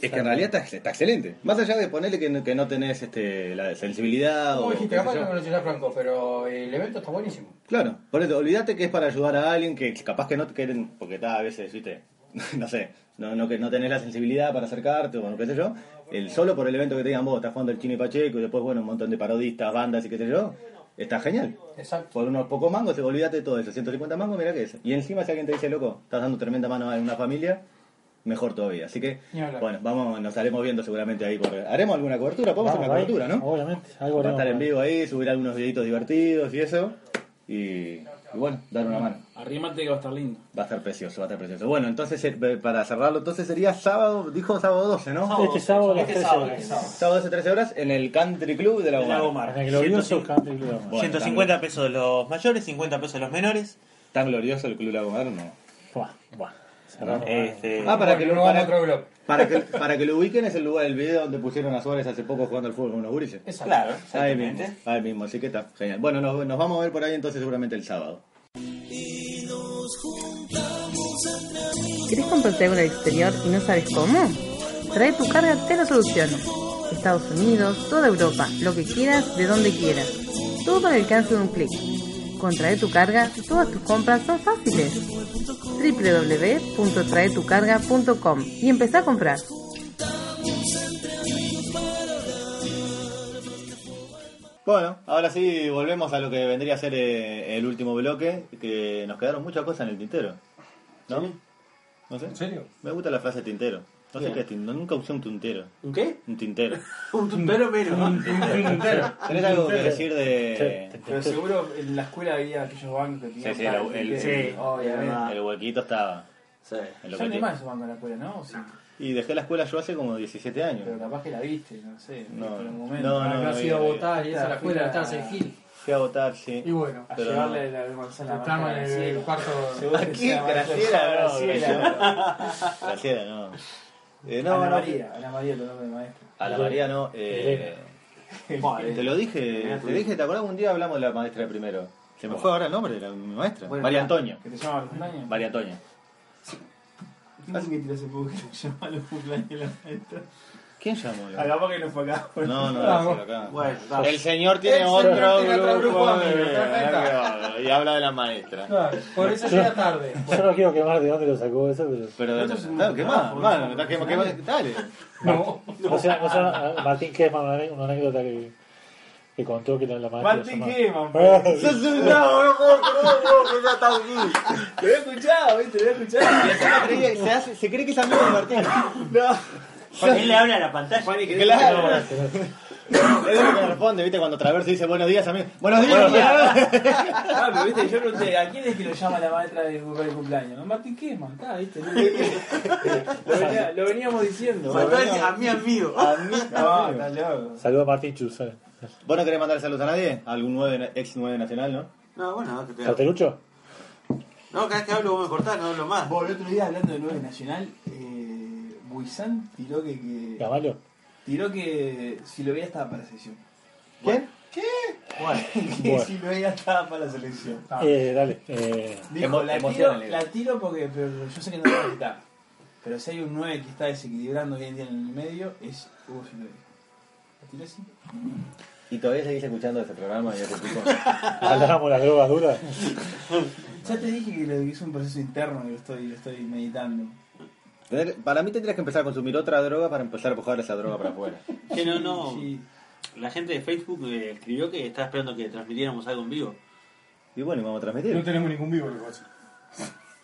Es que en realidad está, está excelente. Más allá de ponerle que no, que no tenés este, la sensibilidad
Como
o...
dijiste,
qué sé
capaz
yo.
no conocés a Franco, pero el evento está buenísimo.
Claro, por eso, olvídate que es para ayudar a alguien que capaz que no te quieren, porque está a veces, viste, no sé, no, no, que no tenés la sensibilidad para acercarte o qué sé yo, el, solo por el evento que te digan vos, estás jugando el Chino y Pacheco y después, bueno, un montón de parodistas, bandas y qué sé yo, está genial.
Exacto.
Por unos pocos mangos, te- olvídate de todo eso, 150 mangos, mira que es. Y encima si alguien te dice, loco, estás dando tremenda mano a una familia, mejor todavía. Así que,
Ni hablar.
bueno, vamos, nos haremos viendo seguramente ahí. Por, haremos alguna cobertura, podemos
Vamos,
hacer una
ahí,
cobertura, ¿no?
Obviamente, algo
Va a
haremos
estar en
por ahí.
vivo ahí, subir algunos videitos divertidos y eso. Y, y bueno, dar una mano.
Arrímate que va a estar lindo.
Va a estar precioso, va a estar precioso. Bueno, entonces eh, para cerrarlo, entonces sería sábado, dijo sábado 12, ¿no?
Este sábado a las 13 horas.
Sábado 12, 13 horas en el Country Club de la Gomar.
En el glorioso
150
Country Club Amar.
Bueno,
150 pesos los mayores, 50 pesos los menores.
¿Tan glorioso el Club La Gomar no?
Buah, buah. Cerramos.
Este,
Ah, para que,
Bueno,
lo,
nos vamos
para,
a otro bloque.
para que, para que lo ubiquen es el lugar del video donde pusieron a Suárez hace poco jugando al fútbol con los gurises.
Exacto.
claro,
Ahí
exactamente.
mismo, ahí mismo, así que está genial. Bueno, nos, nos vamos a ver por ahí entonces seguramente el sábado.
¿Querés comprarte algo en el exterior y no sabes cómo? Trae tu carga, te lo soluciono. Estados Unidos, toda Europa, lo que quieras, de donde quieras. Todo al alcance de un clic. Con Trae tu carga, todas tus compras son fáciles. www.traetucarga.com y empezá a comprar.
Bueno, ahora sí volvemos a lo que vendría a ser eh, el último bloque, que nos quedaron muchas cosas en el tintero. ¿No? No sé.
¿En serio?
Me gusta la frase tintero. No sé qué es tintero, nunca usé un tintero.
¿Un qué?
Un tintero.
Un tuntero pero.
Ah,
¿Tenés algo que
Tintero.
decir de.?
Pero
Este-
seguro en la escuela había aquellos bancos que tenían.
Sí, sí, el- el-
sí, obviamente.
El huequito estaba.
Sí.
en lo que
Ya no hay
tiene.
más esos bancos en la escuela, ¿no? Sí.
Y dejé la escuela yo hace como 17
Pero
años.
capaz que la viste, no sé.
No,
por el
no,
momento.
no,
Acá
no,
has ido a
no, no.
votar y esa es la escuela,
Claro.
estás en Gil.
Fui a votar, sí.
Y bueno,
A
Pero
llevarle la vergüenza a la
estamos
marca,
en
sí.
el cuarto...
¿A quién? Graciela, no. Graciela, Graciela, no. Eh, no,
Ana
no.
María, Ana María, tu nombre de maestra.
Ana María no. Eh, te lo dije, te dije, ¿te acuerdas un día hablamos de la maestra de primero? Se me fue ahora el nombre de la mi maestra.
Bueno,
María
ya,
Antonia.
¿Que te llama los cumpleaños?
María Antonia.
No sé qué tirase poco que te llama los cumpleaños de la maestra.
¿Quién llamó?
Ah, capaz que no fue acá. bueno.
No, no,
Ah,
no,
bueno.
acá.
Bueno, está.
El señor tiene
El
otro,
señor tiene otro
grupo,
grupo
de-
amigo, perfecto.
y habla de la maestra.
Claro, por eso llega tarde.
Yo no quiero quemar de dónde lo sacó eso, pero.
Pero
Esto es un
no, ¿qué más,
trabajo,
hermano?
¿no?
Está que- que- Dale.
No.
O sea, o sea, eh, Martín Kessman, una, ane- una anécdota que, que contó que la, la maestra.
Martín
llamaba-
Kessman,
Sos un bravo, no puedo creer, no puedo creer, ya está aquí.
Te había escuchado, viste, te había
Y
escuchado.
encima creía- se, hace- se cree que es amigo de Martín. No.
Él le habla a la pantalla.
Claro. Es lo que responde, ¿viste? Cuando Traverso dice buenos días, amigo. Buenos días,
Ah, pero viste, yo pregunté, ¿a quién es que lo llama la maestra de para el cumpleaños? No, Martín Kessman, está, viste. Lo, venía- lo veníamos diciendo.
Mató a a mi amigo.
No, está loco.
Saludos a Martín eh. Chuzal.
¿Vos no querés mandar saludos a nadie? ¿Algún 9, ex 9 nacional, no?
No, bueno, que te hablo.
¿Cartelucho?
No, cada vez que hablo vos me cortás, no hablo más.
Vos, el otro día hablando de 9 Nacional, eh, Buizán tiró que, que-
¿Gamalo?
tiró que si lo veía estaba para la selección.
¿Quién?
Que si lo veía estaba para la selección.
Eh, dale. Eh,
Dijo,
Emo-
la, tiro,
emocionale.
la tiro porque pero yo sé que no lo va a quitar. Pero si hay un 9 que está desequilibrando hoy en día en el medio, es Hugo Silveira. ¿La tiré así?
Y todavía seguís escuchando este programa y este tipo.
Hablábamos las drogas duras.
Ya te dije que lo que es un proceso interno que lo estoy, lo estoy meditando.
Tener- Para mí tendrías que empezar a consumir otra droga para empezar a empujar esa droga para afuera.
Que no, no.
Sí.
La gente de Facebook eh, escribió que estaba esperando que transmitiéramos algo en vivo.
Y bueno, y vamos a
No
transmitir.
tenemos ningún vivo, lo que pasa.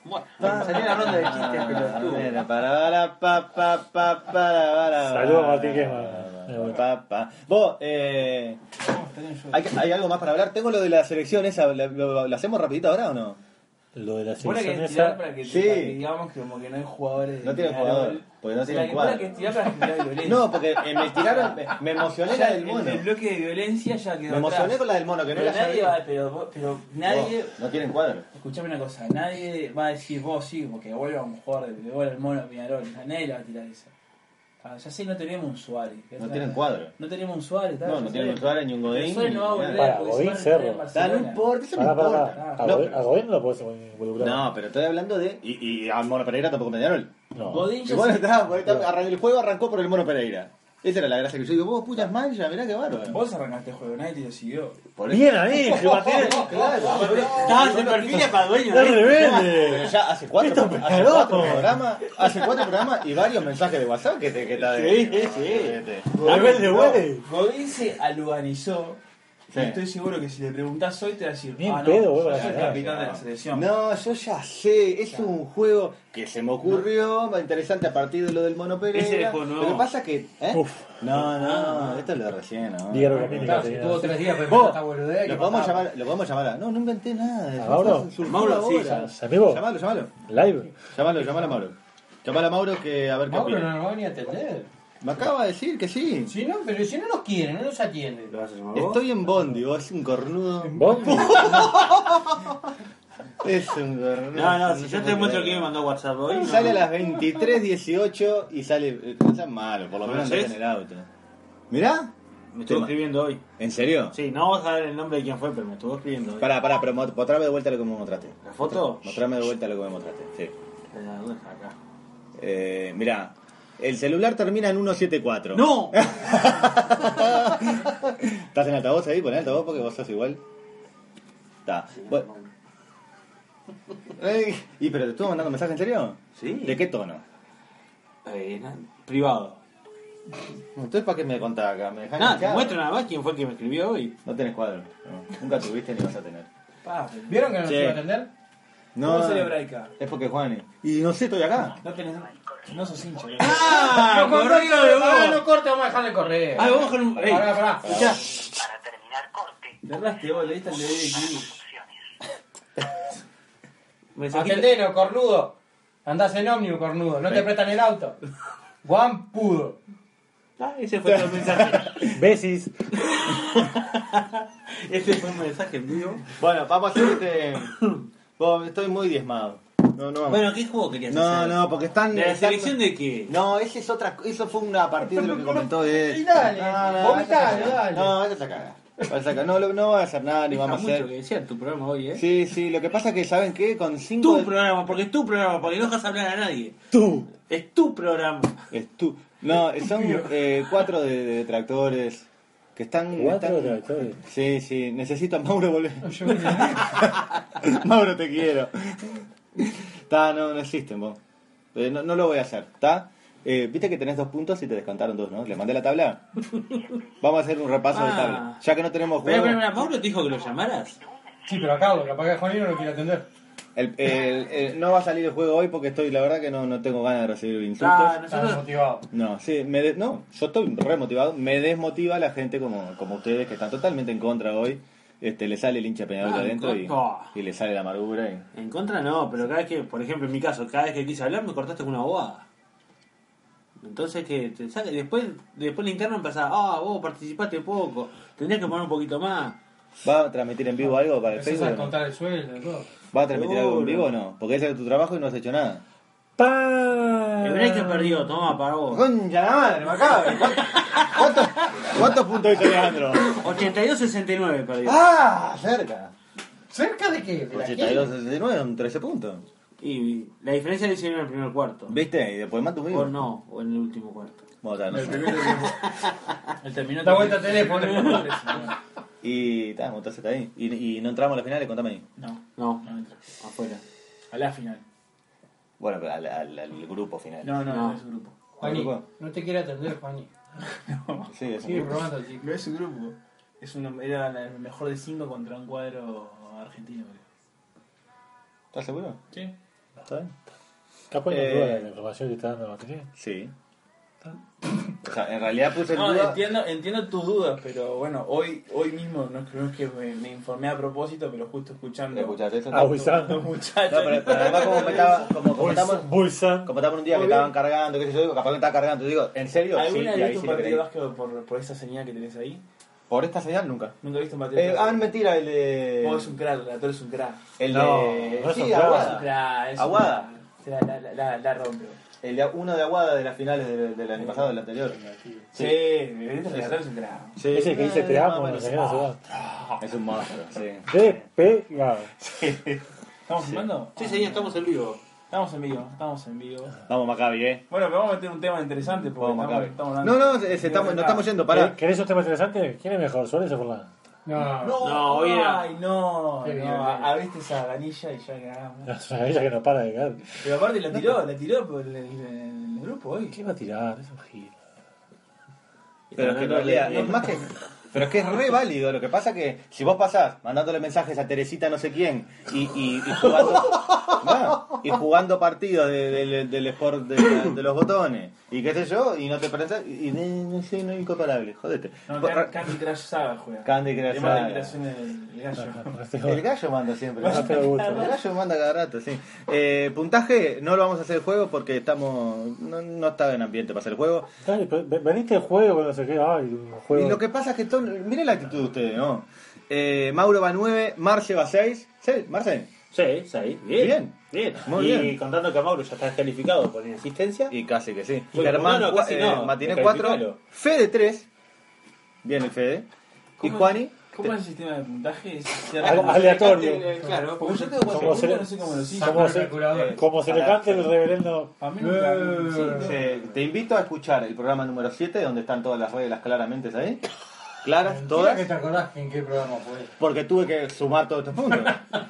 Bueno,
Ah, Salió una ronda de chistes,
Ah,
pelotudo.
mira, para, para, pa, pa, pa, para, para,
Saludos,
para,
Martín Quema.
para,
Eh, bueno.
pa, pa. Vos, eh, ¿hay, hay algo más para hablar? Tengo lo de la selección esa, ¿lo, lo- lo hacemos rapidito ahora o no?
Lo de la
Vos la
selección
querés tirar
esa.
para que,
Sí.
para que digamos que como que no hay jugadores de
No tiene
Peñarol.
jugador, porque no
Te
tiene
la que-
un cuadro.
vos la querés tirar para generar violencia.
No, porque eh, me tiraron, me, me emocioné
Ya
la del
el-
mono.
El bloque de violencia ya quedó
Me emocioné
atrás.
con la del mono, que no
pero
la
nadie
sabía.
va, pero, vos- pero nadie,
Vos, no tienen cuadro.
escuchame una cosa, nadie va a decir vos sí, porque vuelva un jugador de que vuelva el mono a Peñarol, o sea, nadie le va a tirar esa. Ah, ya sé, no tenemos un Suárez. Ya
No
está.
tienen cuadro.
No tenemos un Suárez,
No, no tienen un Suárez ni un Godín.
Suárez no va a
ni nada.
volver.
Para,
porque
Godín
Suárez está en
Cerro.
Da,
Barcelona.
no importa, eso no
Pará, pará,
importa.
pará.
Ah,
A
no,
Godín-
pero-
A Godín no lo podés involucrar.
No, pero estoy hablando de. Y, y a Mono Pereira tampoco Peñarol.
No.
Godín
Y
ya
bueno,
se-
está, porque está- arran- el juego arrancó por el Mono Pereira. Esa era la gracia que yo digo, vos putas mancha, mirá qué bárbaro.
Vos arrancaste el juego, nadie te lo siguió.
Por eso-
Bien ahí, que va a tener.
Claro,
estabas en perfil para dueño.
¡Es
¿eh?
pero
rebelde!
ya hace cuatro,
Esto es
hace cuatro
pegaroto.
programas, hace cuatro programas y varios mensajes de WhatsApp que te que está de.
Sí, sí.
de-
¡Rebelde, huele!
Godín se aluganizó.
Sí.
Y estoy seguro que si le preguntás hoy te va a decir,
Ni
ah,
en
no,
pedo,
yo
huevo,
soy el
la
capitán
verdad.
de la selección.
No, yo ya sé, es un juego que se me ocurrió, interesante a partir de lo del Mono Pereira.
Ese es juego nuevo.
Lo que pasa que. ¿eh?
Uf.
No, no, esto es lo de recién, ¿no?
Dígalo
Lo
que
Claro, si tuvo tres días para
Vos,
esta boludea que
lo podemos
pasaba.
llamar, lo podemos llamar a. No, no inventé nada. eso
¿A Mauro?
fue- surgió
Mauro, sí,
ahora.
ya- amigo.
Llamalo, llamalo.
Live.
Llamalo, llamalo a Mauro. Llamalo a Mauro que a ver qué
Mauro
opina.
no nos va ni a atender.
Me acaba de decir que sí.
Si no, pero si no nos quieren, no nos atienden.
¿Lo vas a llamar vos?
Estoy en Bondi, vos es un cornudo.
Bondi.
Es un cornudo.
No, no, si
se
yo te
puede
muestro que
creer.
me mandó WhatsApp hoy. no.
Sale a las 23.18 y sale. eh, No sean malo, por lo menos andate en el auto. Mirá,
Me estuvo escribiendo hoy.
¿en serio?
Sí, no vamos a dar el nombre de quién fue, pero me estuvo escribiendo hoy.
Pará, pará, pero mo- mostrame de vuelta lo que me mostraste.
¿La foto?
Mostrame de vuelta lo que me mostraste, sí.
Eh, ¿dónde está acá?
Eh, mirá, el celular termina en 174.
¡No!
¿Estás en altavoz ahí? Pon altavoz porque vos sos igual. Está. Bueno. Ey, ¿Y pero te estuvo mandando mensaje en serio?
Sí.
¿De qué tono?
Eh, na- privado.
Entonces, ¿para qué me contás acá? ¿Me dejás
Nada, te
enganchado?
muestro nada más quién fue el que me escribió hoy.
No tenés cuadro. no. Nunca tuviste ni vas a tener.
Pa,
¿Vieron que no nos
Sí.
iba a atender?
¿Cómo se celebra acá?
Es porque Juani. Y no sé, estoy acá.
No tenés. No sos hincha, boludo.
¡Ah! ¡Corrido de
Ah, no
vos!
corte, vamos a dejarle correr.
Ah, vamos con un. ¡Ey!
Pará, pará.
escuchá.
Para terminar corte,
Le erraste vos, le diste al de DDQ.
opciones.
Mensajito.
Atendelo, cornudo. Andás en ómnibus, cornudo. No te prestan el auto. Juan pudo.
Ah, ese fue el mensaje.
Besis.
Ese fue un mensaje mío.
Bueno, vamos a hacer este. Vos, estoy muy diezmado. No, no.
Bueno, ¿qué juego querías
no,
hacer?
no, porque están.
¿De la
están-
selección de qué?
No, esa es otra. Eso fue una partida de lo que comentó este. él.
Y dale, vomitalo,
vaya a cagar.
dale.
No, vaya a cagar. Vaya a cagar. No, lo- no va a hacer nada, ni
Deja
vamos a
mucho
hacer.
que decía tu programa hoy, ¿eh?
Sí, sí, lo que pasa es que, ¿saben qué? Con cinco.
Tu
de-
programa, porque es tu programa, porque no dejas hablar a nadie. Tú. Es tu programa.
Es tú. No, son eh, cuatro de, de detractores que están.
Cuatro
están-
tractores.
Sí, sí, necesito a Mauro volver. Mauro, te quiero. Ta, no, no existen vos. Eh, no, no lo voy a hacer, ¿está? Eh, Viste que tenés dos puntos y te descontaron dos, ¿no? ¿Le mandé la tabla? Vamos a hacer un repaso de
Ah.
tabla. Ya que no tenemos
Pero,
juego,
pero, pero, ¿Mauro te dijo que lo llamaras?
Sí, pero acabo, capaz que Juanino no lo quiere atender.
el- el- el- no va a salir el juego hoy porque estoy, la verdad que no, no tengo ganas de recibir insultos.
Ah,
Está
nosotros.
desmotivado.
No, sí, me de- no, yo estoy re motivado, me desmotiva la gente como, como ustedes que están totalmente en contra hoy. Este, le sale el hincha peñador
Ah,
de adentro y,
contra.
y le sale la amargura. y-
En contra no, pero cada vez que, por ejemplo, en mi caso, cada vez que quise hablar me cortaste con una bobada. Entonces que te saca- después, después la interna empezaba, ah, vos participaste poco, tendrías que poner un poquito más.
¿Va a transmitir en vivo algo para el
Empezás a
Facebook?
contar el sueldo y todo.
¿Va a transmitir algo en
Seguro.
vivo o no? Porque ese es tu trabajo y no has hecho nada.
¡Pa!
El break que perdió, toma para vos.
¡Concha la madre! ¡Me acaba! ¿Cuántos, cuántos puntos hizo Leandro?
82-69 perdió.
¡Ah! Cerca.
¿Cerca de qué? ¿De la
82, 69, un 13 puntos.
Y la diferencia la hicieron en el primer cuarto.
¿Viste? Y después mantuvimos.
O no, o en el último cuarto.
Bueno, o sea, no sé.
El terminó
Da vuelta al teléfono.
Y está, entonces está ahí. Y, y no entramos a las finales, contame ahí.
No,
No,
no entra.
afuera.
A la final.
Bueno, pero al, al- al grupo final.
No, no,
No.
no, es un grupo.
Juani, no te quiere atender, Juani.
Sí, es un
Sigue
grupo.
probando, chico.
No es un grupo. Es un, era la- el mejor de cinco contra un cuadro argentino, creo.
¿Estás seguro?
Sí.
¿Está bien?
Está poniendo
Eh.
en duda la información que está dando Martínez.
Sí. O sea, en realidad puse el
No,
duda.
entiendo, entiendo tus dudas, pero bueno, hoy, hoy mismo no es, no es que me, me informé a propósito, pero justo escuchando.
¿Escuchaste eso?
Ah,
No,
Buizán.
Los muchachos.
pero, pero además como me estaba, como, como estamos,
Buizán.
como estamos un día que estaban cargando, qué sé yo, digo, capaz que estaba cargando, te digo, ¿en serio? Sí, y
¿Alguna vez
ahí
viste un
sí le
partido de
creí.
básquetbol por, por esa señal que tenés ahí?
Por esta señal nunca.
¿Nunca viste un partido de
Eh, ah,
básquetbol?
mentira, el de.
Vos es un crack, el relator es un crack.
El
No,
de.
no es un
sí,
Es
crack.
un
Aguada.
crack, es un
Aguada.
crack. Se La, la, la, la, la rompe.
El de, uno de Aguada de las finales del, del año pasado, del anterior.
Sí, el relator es un crack.
Sí.
Ese que dice te
Ah,
amo,
bueno,
no sé
sí.
qué, no sé
Es un monstruo, sí.
qué. Te pegado.
¿Estamos filmando?
Sí, señor, estamos en vivo.
Estamos en vivo, estamos en vivo.
Vamos, Maccabi, eh.
Bueno, pero vamos a meter un tema interesante porque
Vamos,
estamos,
Maccabi.
estamos hablando-
No, no, se- se estamos, nos estamos yendo, pará.
¿Quer- ¿Querés un tema interesante? ¿Quién es mejor, Suárez o Forlán?
No, no.
No,
No, hoy era-
ay, no,
Qué bien,
no,
bien.
abriste esa ganilla y ya cagamos.
Es una ella que no para de caer.
Pero aparte la tiró, la tiró por el, el- el grupo hoy.
¿Qué va a tirar? Es un gil.
Pero es que en realidad, es más que. Pero es que es re válido. Lo que pasa que si vos pasás mandándole mensajes a Teresita no sé quién y, y, y jugando. No, y jugando partidos de- de- de- del sport de, de los botones y qué sé yo, y no te pensás. Y de- no sé, no es incomparable, jodete.
No,
Por-
Can- Candy Crush Saga juega.
Candy Crush
Tema
Saga.
de creación del del gallo.
No te
el
jodas.
gallo manda siempre.
No te gusta.
El gallo manda cada rato, sí. Eh, puntaje, no lo vamos a hacer el juego porque estamos. No, no estaba en ambiente para hacer el juego.
Dale, pero ve- Veniste el juego, no sé qué. Ay, un juego.
Y lo que pasa es que todo, miren la actitud de ustedes, ¿no? Eh, Mauro va 9, Marce va 6. ¿Sí? ¿Marce?
Sí, sí, bien.
Bien. Muy
y
bien.
contando que Mauro ya está descalificado por inasistencia.
Y casi que sí.
Bueno,
Germán,
no, no,
cua-
casi
eh,
no.
Matiné
Descalificalo.
4, Fede 3. Bien el Fede. Y
¿Cómo-
Juani.
¿Cómo es el sistema de puntaje? Se
Ale- aleatorio.
Eh,
Claro,
Porque yo tengo cuatro
¿Cómo se le-
puntos, no sé cómo lo hice.
¿Cómo se,
calculador.
como se le cante el reverendo.
A mí nunca
Eh,
sí, no.
eh, te invito a escuchar el programa número 7, donde están todas las reglas claramente ahí. Claras,
que
todas.
te acordás que en qué programa fue.
Porque tuve que sumar todos estos puntos.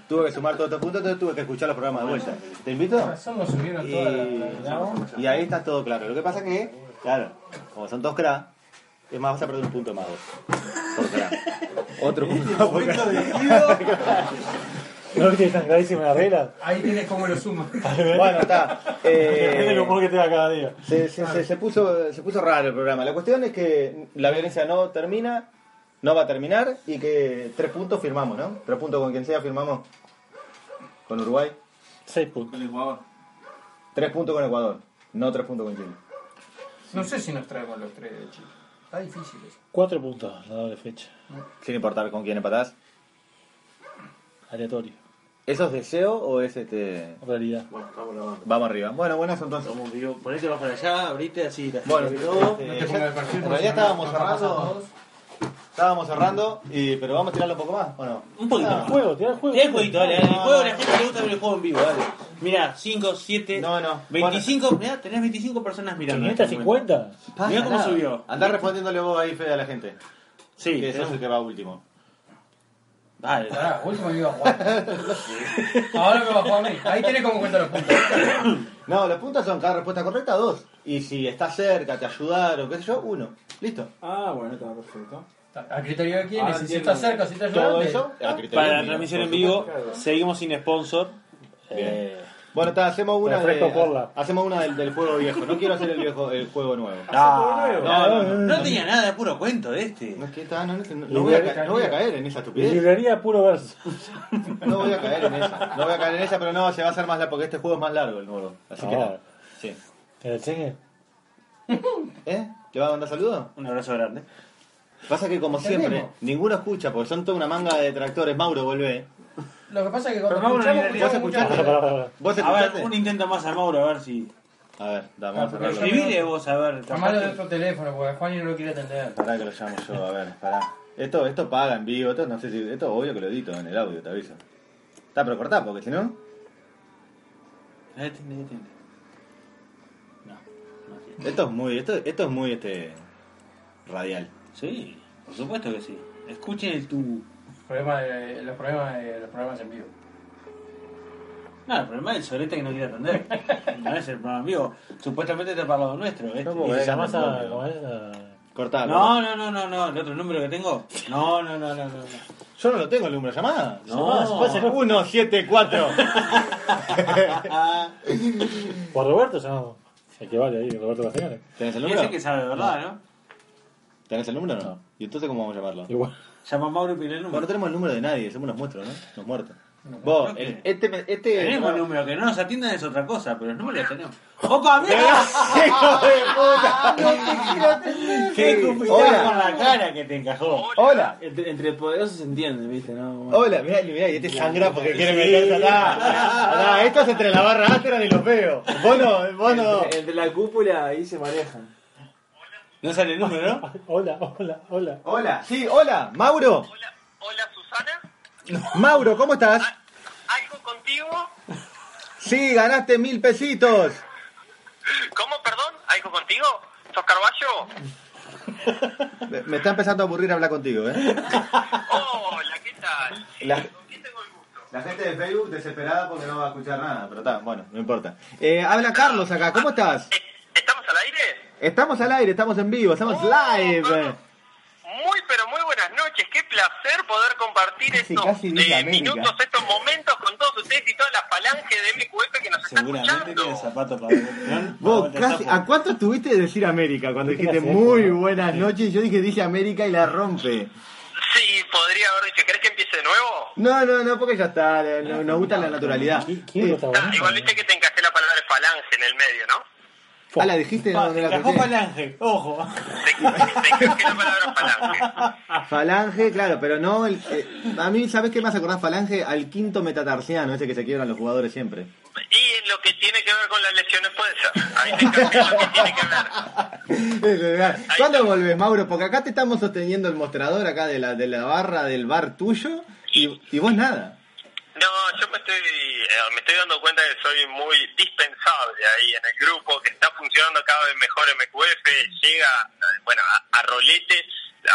tuve que sumar todos estos puntos, entonces tuve que escuchar los programas de vuelta. ¿Te invito?
Razón lo Ah, subieron toda la, la- la-
Y, y ahí está todo claro. Lo que pasa que, claro, como son todos cra, es más, vas a perder un punto más vos. Por cra. Otro punto. por cra.
¿No viste que tan clarísima la regla?
Ahí tienes cómo lo sumas.
bueno, está.
Depende del
Eh,
humor que tenga cada día.
se, se- se- se puso, se puso raro el programa. La cuestión es que la violencia no termina, no va a terminar y que tres puntos firmamos, ¿no? Tres puntos con quien sea firmamos. Con Uruguay.
Seis puntos.
Tres puntos con Ecuador. No tres puntos con Chile.
No sé si nos traemos los tres de Chile. Está difícil eso.
Cuatro puntos, la doble fecha.
Sin importar con quién empatás.
Aleatorio.
¿Eso es deseo o es este.?
Realidad.
Bueno, estamos grabando.
Vamos arriba. Bueno, buenas entonces.
Estamos en vivo. Ponete más para allá, abrite así. La
Bueno,
gente todo.
eh,
No te
ya-
pongas de perfil.
en
porque
realidad
si no,
estábamos
nos pasa a
cerrando,
todos.
estábamos cerrando, y, pero vamos a tirarlo un poco más, ¿o no? Ah,
Un poquito.
Ah, El juego, tira el juego.
Tirá el jueguito, dale, dale. El juego, la gente le gusta ver el juego en vivo, dale. Mirá, 5, 7,
No, no.
25, mirá, tenés 25 personas mirando. en este momento.
550.
Mirá cómo subió.
Andá respondiéndole vos ahí, Fede, a la gente.
Sí,
que sos
tenemos-
el que va último.
dale.
Pará, último iba a jugar. Ahora me bajó a mí. Ahí tienes cómo cuento los puntos.
No, los puntos son cada respuesta correcta, dos. Y si estás cerca, te ayudaron, qué sé yo, uno. Listo.
Ah, bueno, está perfecto.
A criterio de quién,
Ah,
es, si
entiendo.
está cerca, si está
Todo
ayudando.
eso a criterio
Ah, Para la
mío,
transmisión
por
en vivo,
supuesto.
seguimos sin sponsor. Eh,
Bueno, está, hacemos una, de-
Refresco Porla.
hacemos una del, del juego viejo. No quiero hacer el, viejo, el juego nuevo. No,
no,
no, no.
no tenía nada, era puro cuento de este.
No, es que está, no, no, no- no voy a, ca- no voy a caer en esa estupidez.
Librería puro verso.
No voy a caer en esa. No voy a caer en esa, pero no, se va a hacer más largo porque este juego es más largo el nuevo. Así que
Ah.
nada. Sí.
¿Te la cheque?
¿Eh? ¿Le va a mandar saludos?
Un abrazo grande.
Pasa que como siempre, ninguno escucha, porque son toda una manga de detractores. Mauro, volvé.
Lo que pasa es que cuando
Pero vamos a
escuchamos,
la
¿Vos
escuchamos
escuchaste?
Pará, pará, pará.
¿Vos
A
escuchaste?
ver, un intento más a Mauro, a ver si.
A ver, da, vamos a
Ah, porque
cerrarlo.
yo-
Escribile vos, a ver. capaz
Llamalo de
que-
otro teléfono, porque Juan no lo quiere atender.
Pará que lo llamo yo, a ver, pará. Esto, esto paga en vivo, esto no sé si. Esto obvio que lo edito en el audio, te aviso. Está, pero cortá, porque si no.
Detente, detente. ¿Eh? No, no tiene.
Esto es muy, esto, esto es muy este radial.
Sí, por supuesto que sí. Escuchen el tubo.
Problema de- los, problemas de- los problemas en vivo.
No, el problema es el solete que no quiere atender. No es el problema amigo. Supuestamente está para lado nuestro. ¿eh?
Y si llamas a. ¿Cómo es? A-
Cortalo.
No, no, no, no, no. ¿El otro número que tengo? No, no, no, no, no. no.
Yo no lo tengo el número de llamada.
No.
Llamada, se puede hacer 174.
Por Roberto llamamos. El que vale ahí, Roberto Castellanos.
¿Tenés el
Y
número?
ese que sabe, de ¿verdad? ¿no?
¿Tenés el número o no? ¿Y entonces cómo vamos a
Eh,
llamarlo?
Igual.
Llama a Mauro y pide el
Bueno, no
número.
tenemos el número de nadie, somos unos muertos, ¿no? Unos muertos. Vos,
creo
el,
que-
este, me- este.
Tenemos el número, que no nos atiendan es otra cosa, pero el número lo tenemos. ¡Opa, mira!
¡Hijo de puta!
¡Qué
Sí,
complicado con
hola,
la cara que te encajó!
hola,
Entre, entre poderosos se entiende, ¿viste? ¿no? Bueno.
hola, mirá, mirá, y este sangra porque quiere meterse acá. Pará, esto es entre la barra áspera y los veo. Vos no, vos no.
Entre, entre la cúpula ahí se manejan.
No sale el número, ¿no?
Hola, hola, hola.
Hola, sí, hola, Mauro.
Hola, hola Susana,
Mauro, ¿cómo estás?
¿algo contigo?
Sí, ganaste mil pesitos.
¿Cómo, perdón? ¿Algo contigo? ¿Sos Carballo?
Me- Me está empezando a aburrir hablar contigo, ¿eh?
Hola, ¿qué tal?
La-
¿Con quién tengo el gusto?
La gente de Facebook desesperada porque no va a escuchar nada, pero está, bueno, no importa. Eh, habla Carlos acá, ¿cómo estás?
Eh, ¿Estamos al aire? Oh,
Estamos al aire, estamos en vivo, estamos live. eh.
Muy, pero muy buenas noches. Qué placer poder compartir
Casi,
estos
casi dije
eh,
América.
minutos, estos momentos con todos ustedes y toda la falange de MQF que nos está
Seguramente
escuchando.
tiene zapatos para ver.
Vos, casi, ¿a cuánto estuviste de decir América cuando dijiste muy buenas noches? Yo dije, dice América y la rompe.
Sí, podría haber dicho. ¿Querés que empiece de nuevo?
No, no, no, porque ya está, eh, no- nos gusta la naturalidad.
¿Qui- ¿Quién
Eh,
lo está
Ah, igual viste que te encajé la palabra falange en el medio, ¿no?
Ah, la dijiste, no, no la
Encajó
escuché.
falange, ojo.
Te, te encajé la palabra falange.
Falange, claro, pero no. el- eh, a mí, ¿sabes qué me hace acordar Falange? Al quinto metatarsiano, ese que se quiebran los jugadores siempre.
Y lo que tiene que ver con las lesiones puede ser. Ahí te encajé lo que tiene que ver.
¿Cuándo volvés, Mauro? Porque acá te estamos sosteniendo el mostrador acá de la, de la barra del bar tuyo y, y vos nada.
No, yo me estoy, eh, me estoy dando cuenta que soy muy dispensable ahí en el grupo, que está funcionando cada vez mejor MQF, llega, eh, bueno, a, a rolete,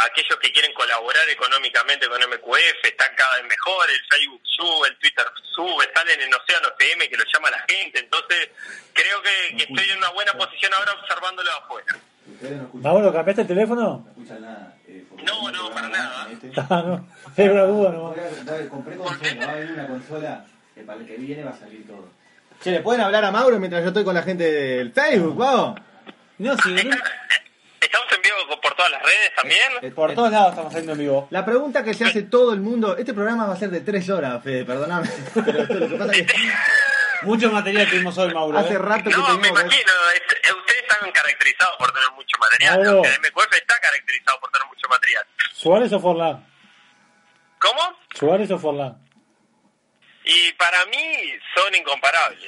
a aquellos que quieren colaborar económicamente con MQF, están cada vez mejor, el Facebook sube, el Twitter sube, salen en Océano FM que lo llama la gente, entonces creo que, que estoy en una buena posición ahora observándolo de afuera.
Mauro, ¿cambiaste el teléfono?
eh, No, no, para nada.
Ah, no. Era una duda nomás.
Compré consola, va a venir una consola que para el que viene va a salir todo. Che, ¿le pueden hablar a Mauro mientras yo estoy con la gente del Facebook, vos?
No, sí,
¿Estamos en vivo por todas las redes también?
por todos lados estamos saliendo en vivo.
eh, La pregunta que se hace todo el mundo, este programa va a ser de tres horas, Fede, perdoname. Pero esto, lo que pasa es que
Mucho material tuvimos hoy, Mauro.
hace
¿eh?
rato que
No, me
tengo que-
imagino. es- eh, ustedes están caracterizados por tener mucho material.
Claro.
o sea, MQF está caracterizado por tener mucho material.
¿Suárez o Forlán?
¿Cómo?
¿Suárez o Forlán?
Y para mí son incomparables.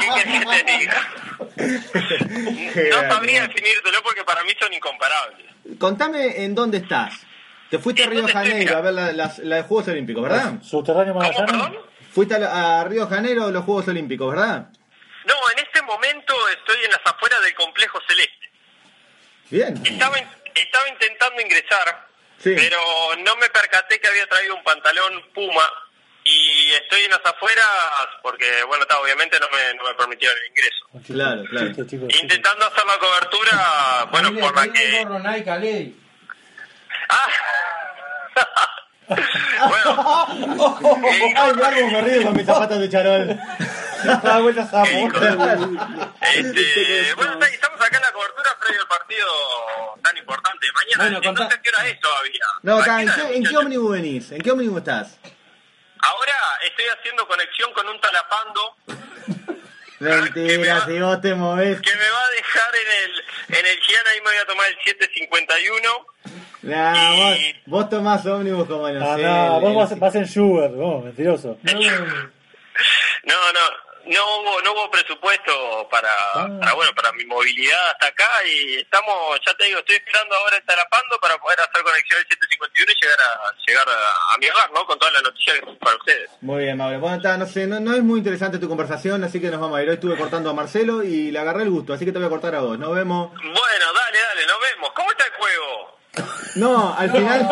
¿Qué querés que te diga? No sabría definírtelo porque para mí son incomparables.
Contame en dónde estás. Te fuiste a Río de Janeiro a ver la, las- la de Juegos Olímpicos, ¿verdad?
¿Subterráneo
¿Cómo,
Magallanes?
perdón?
Fuiste a, la- a Río de Janeiro a los Juegos Olímpicos, ¿verdad?
No, en este momento estoy en las afueras del complejo celeste.
Bien.
Estaba, in- estaba intentando ingresar,
Sí.
pero no me percaté que había traído un pantalón Puma y estoy en las afueras porque, bueno, está, obviamente no me, no me permitieron el ingreso.
Un chiste,
Claro, claro.
chiste, chicos, chiste.
Intentando hacer la cobertura, Ah, bueno,
Ahí le
por la
pedí un
que...
gorro Nike a Lady.
Ah. bueno,
Ay,
Eh,
algo me río con mis zapatos de charol.
Ah, vuelta sapo.
qué hijo de este, bueno, está- estamos acá en la cobertura previo al partido tan importante de mañana.
Bueno, contá-
no sé qué hora es todavía.
No, acá, ¿en
Imagínate,
qué, en qué
muchachos.
ómnibus venís? ¿En qué ómnibus estás?
Ahora estoy haciendo conexión con un talapando Ah,
Mentira, si vos te movés.
que me va a dejar en el en el Giana ahí me voy a tomar el 751.
Nah, vos, vos tomás ómnibus como no
Ah,
sé.
no,
el-
vos vas, vas en Sugar, vos, mentiroso.
No, no, no hubo no hubo presupuesto para,
Ah.
para bueno para mi movilidad hasta acá y estamos ya te digo estoy esperando ahora el Tarapando para poder hacer conexión al 751 y llegar a llegar a, a mi hogar no con todas las noticias que son para ustedes
Muy bien, Mauro. Bueno, está, no sé, no, no es muy interesante tu conversación, así que nos vamos a ir. Hoy estuve cortando a Marcelo y le agarré el gusto, así que te voy a cortar a vos. Nos vemos.
bueno dale dale nos vemos cómo está el juego
No, al final.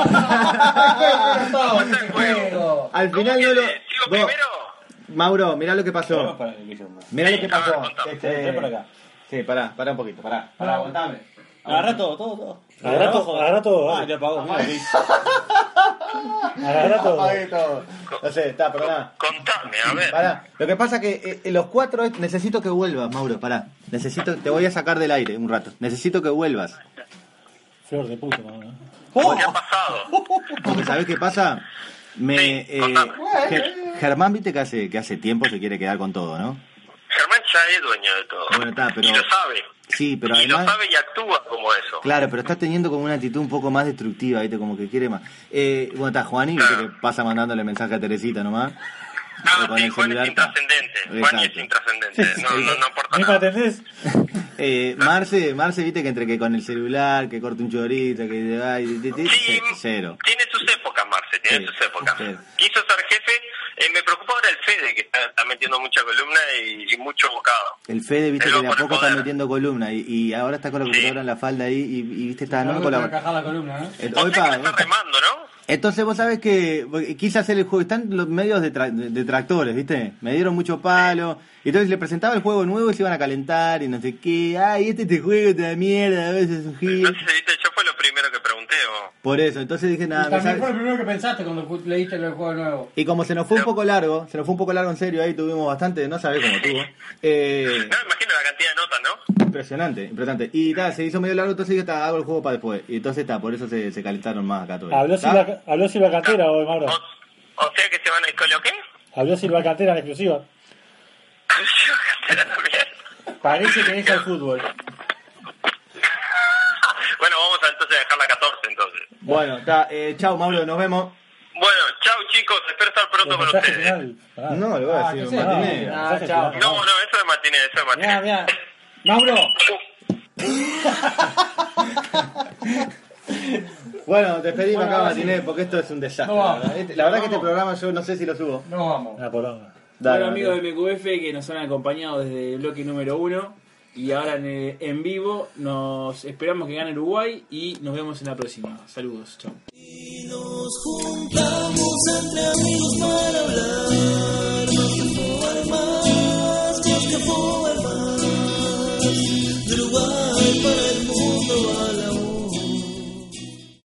cómo está el juego
al final no
¿Cómo que
lo.
sigo
vos-
primero
Mauro, mirá lo que pasó.
para que yo más.
Mirá lo que
Sí, a ver,
pasó.
contame.
Este-
Ven por acá.
Sí, pará, pará un poquito, pará. Pará, aguantame.
Agarrá todo, todo, todo.
Agarrá todo, agarrá todo,
Ah,
dale.
te apagó. mira, ¿qué hizo?
Ah,
Agarrá todo.
Apagué todo. No sé, está, pará.
contame a ver
Pará. Lo que pasa que eh, eh, los cuatro es- necesito que vuelvas, Mauro, pará. Necesito, te voy a sacar del aire un rato. Necesito que vuelvas.
Flor de puta, mamá.
qué ha pasado
Porque ¿sabés qué pasa? Me,
Sí,
eh,
contame.
Ger- Germán, viste que hace, que hace tiempo se quiere quedar con todo, ¿no?
Germán ya es dueño de todo
Bueno, está, pero-
y lo sabe
Sí, pero
y lo
además...
sabe y actúa como eso
Claro, pero está teniendo como una actitud un poco más destructiva, ¿viste? Como que quiere más. Eh, bueno, está Juani, viste que pasa mandándole mensaje a Teresita nomás.
Ah,
Pero con
sí,
el
Juan
celular
es
está.
intrascendente. Juan es
Exacto.
intrascendente. No, no, no aporta
¿Me
nada.
entendés?
Eh, Marce, Marce, viste que entre que con el celular, que corta un chorito, que... Ay, ti, ti, ti,
Sí,
ce- cero.
tiene sus épocas, Marce, tiene
Sí,
sus épocas.
sí.
Quiso ser jefe, eh, me preocupa ahora el Fede, que está, está metiendo mucha columna y, y mucho bocado.
El Fede, viste que
El
de a
ojo en el
poco está
poder. metiendo
metiendo columna y, y ahora está con la computadora en la falda ahí y, y, viste, está... Ah, No me
Para
colabora.
encajar la columna, ¿no?
Eh,
Usted
opa,
que lo está
opa.
remando, ¿no?
Entonces vos sabés que porque quise hacer el juego, están los medios detra- de- detractores, ¿viste? Me dieron mucho palo. Y entonces le presentaba el juego nuevo y se iban a calentar y no sé qué. Ay, este te juego está de mierda, a veces es un
No
gil.
sé si viste, yo fue lo primero que pregunté. o-
Por eso, entonces dije
Y
nada, me
también
sabe-
fue lo primero que pensaste cuando ju- leíste el juego nuevo.
Y como se nos fue un poco largo, se nos fue un poco largo en serio, ahí tuvimos bastante, no sabés cómo tuvo. Eh,
No, me imagino la cantidad de notas, ¿no?
impresionante, impresionante. Y tal, se hizo medio largo, entonces yo ta, hago el juego para después. Y entonces está, por eso se, se calentaron más acá todos.
Habló
¿Tá?
Silva, habló Silva Cantera hoy, Mauro.
O, o sea que se van a ir con lo que?
Habló Silva Cantera en exclusiva.
Parece que deja el fútbol.
bueno, vamos a entonces dejar la 14, entonces.
Bueno, está, eh, chao Mauro, nos vemos.
Bueno, chau chicos, espero estar pronto
El
con
mensaje
ustedes.
final. Pará.
No, lo voy a
Ah,
decir,
¿qué sé?
Martínez.
Ah, chao.
No, no, eso es Martínez, eso es Martínez.
Mirá, mirá. Mauro,
Bueno, despedimos acá, Matiné, porque esto es un desastre.
No
la
vamos.
verdad, Este- la verdad
No
que este
vamos.
programa yo no sé si lo subo.
No vamos.
Una poronga.
Dale,
bueno, amigos
Matiné.
de MQF que nos han acompañado desde el bloque número uno y ahora en, eh, en vivo nos esperamos que gane Uruguay y nos vemos en la próxima. Saludos, chao.
Nos juntamos entre amigos para hablar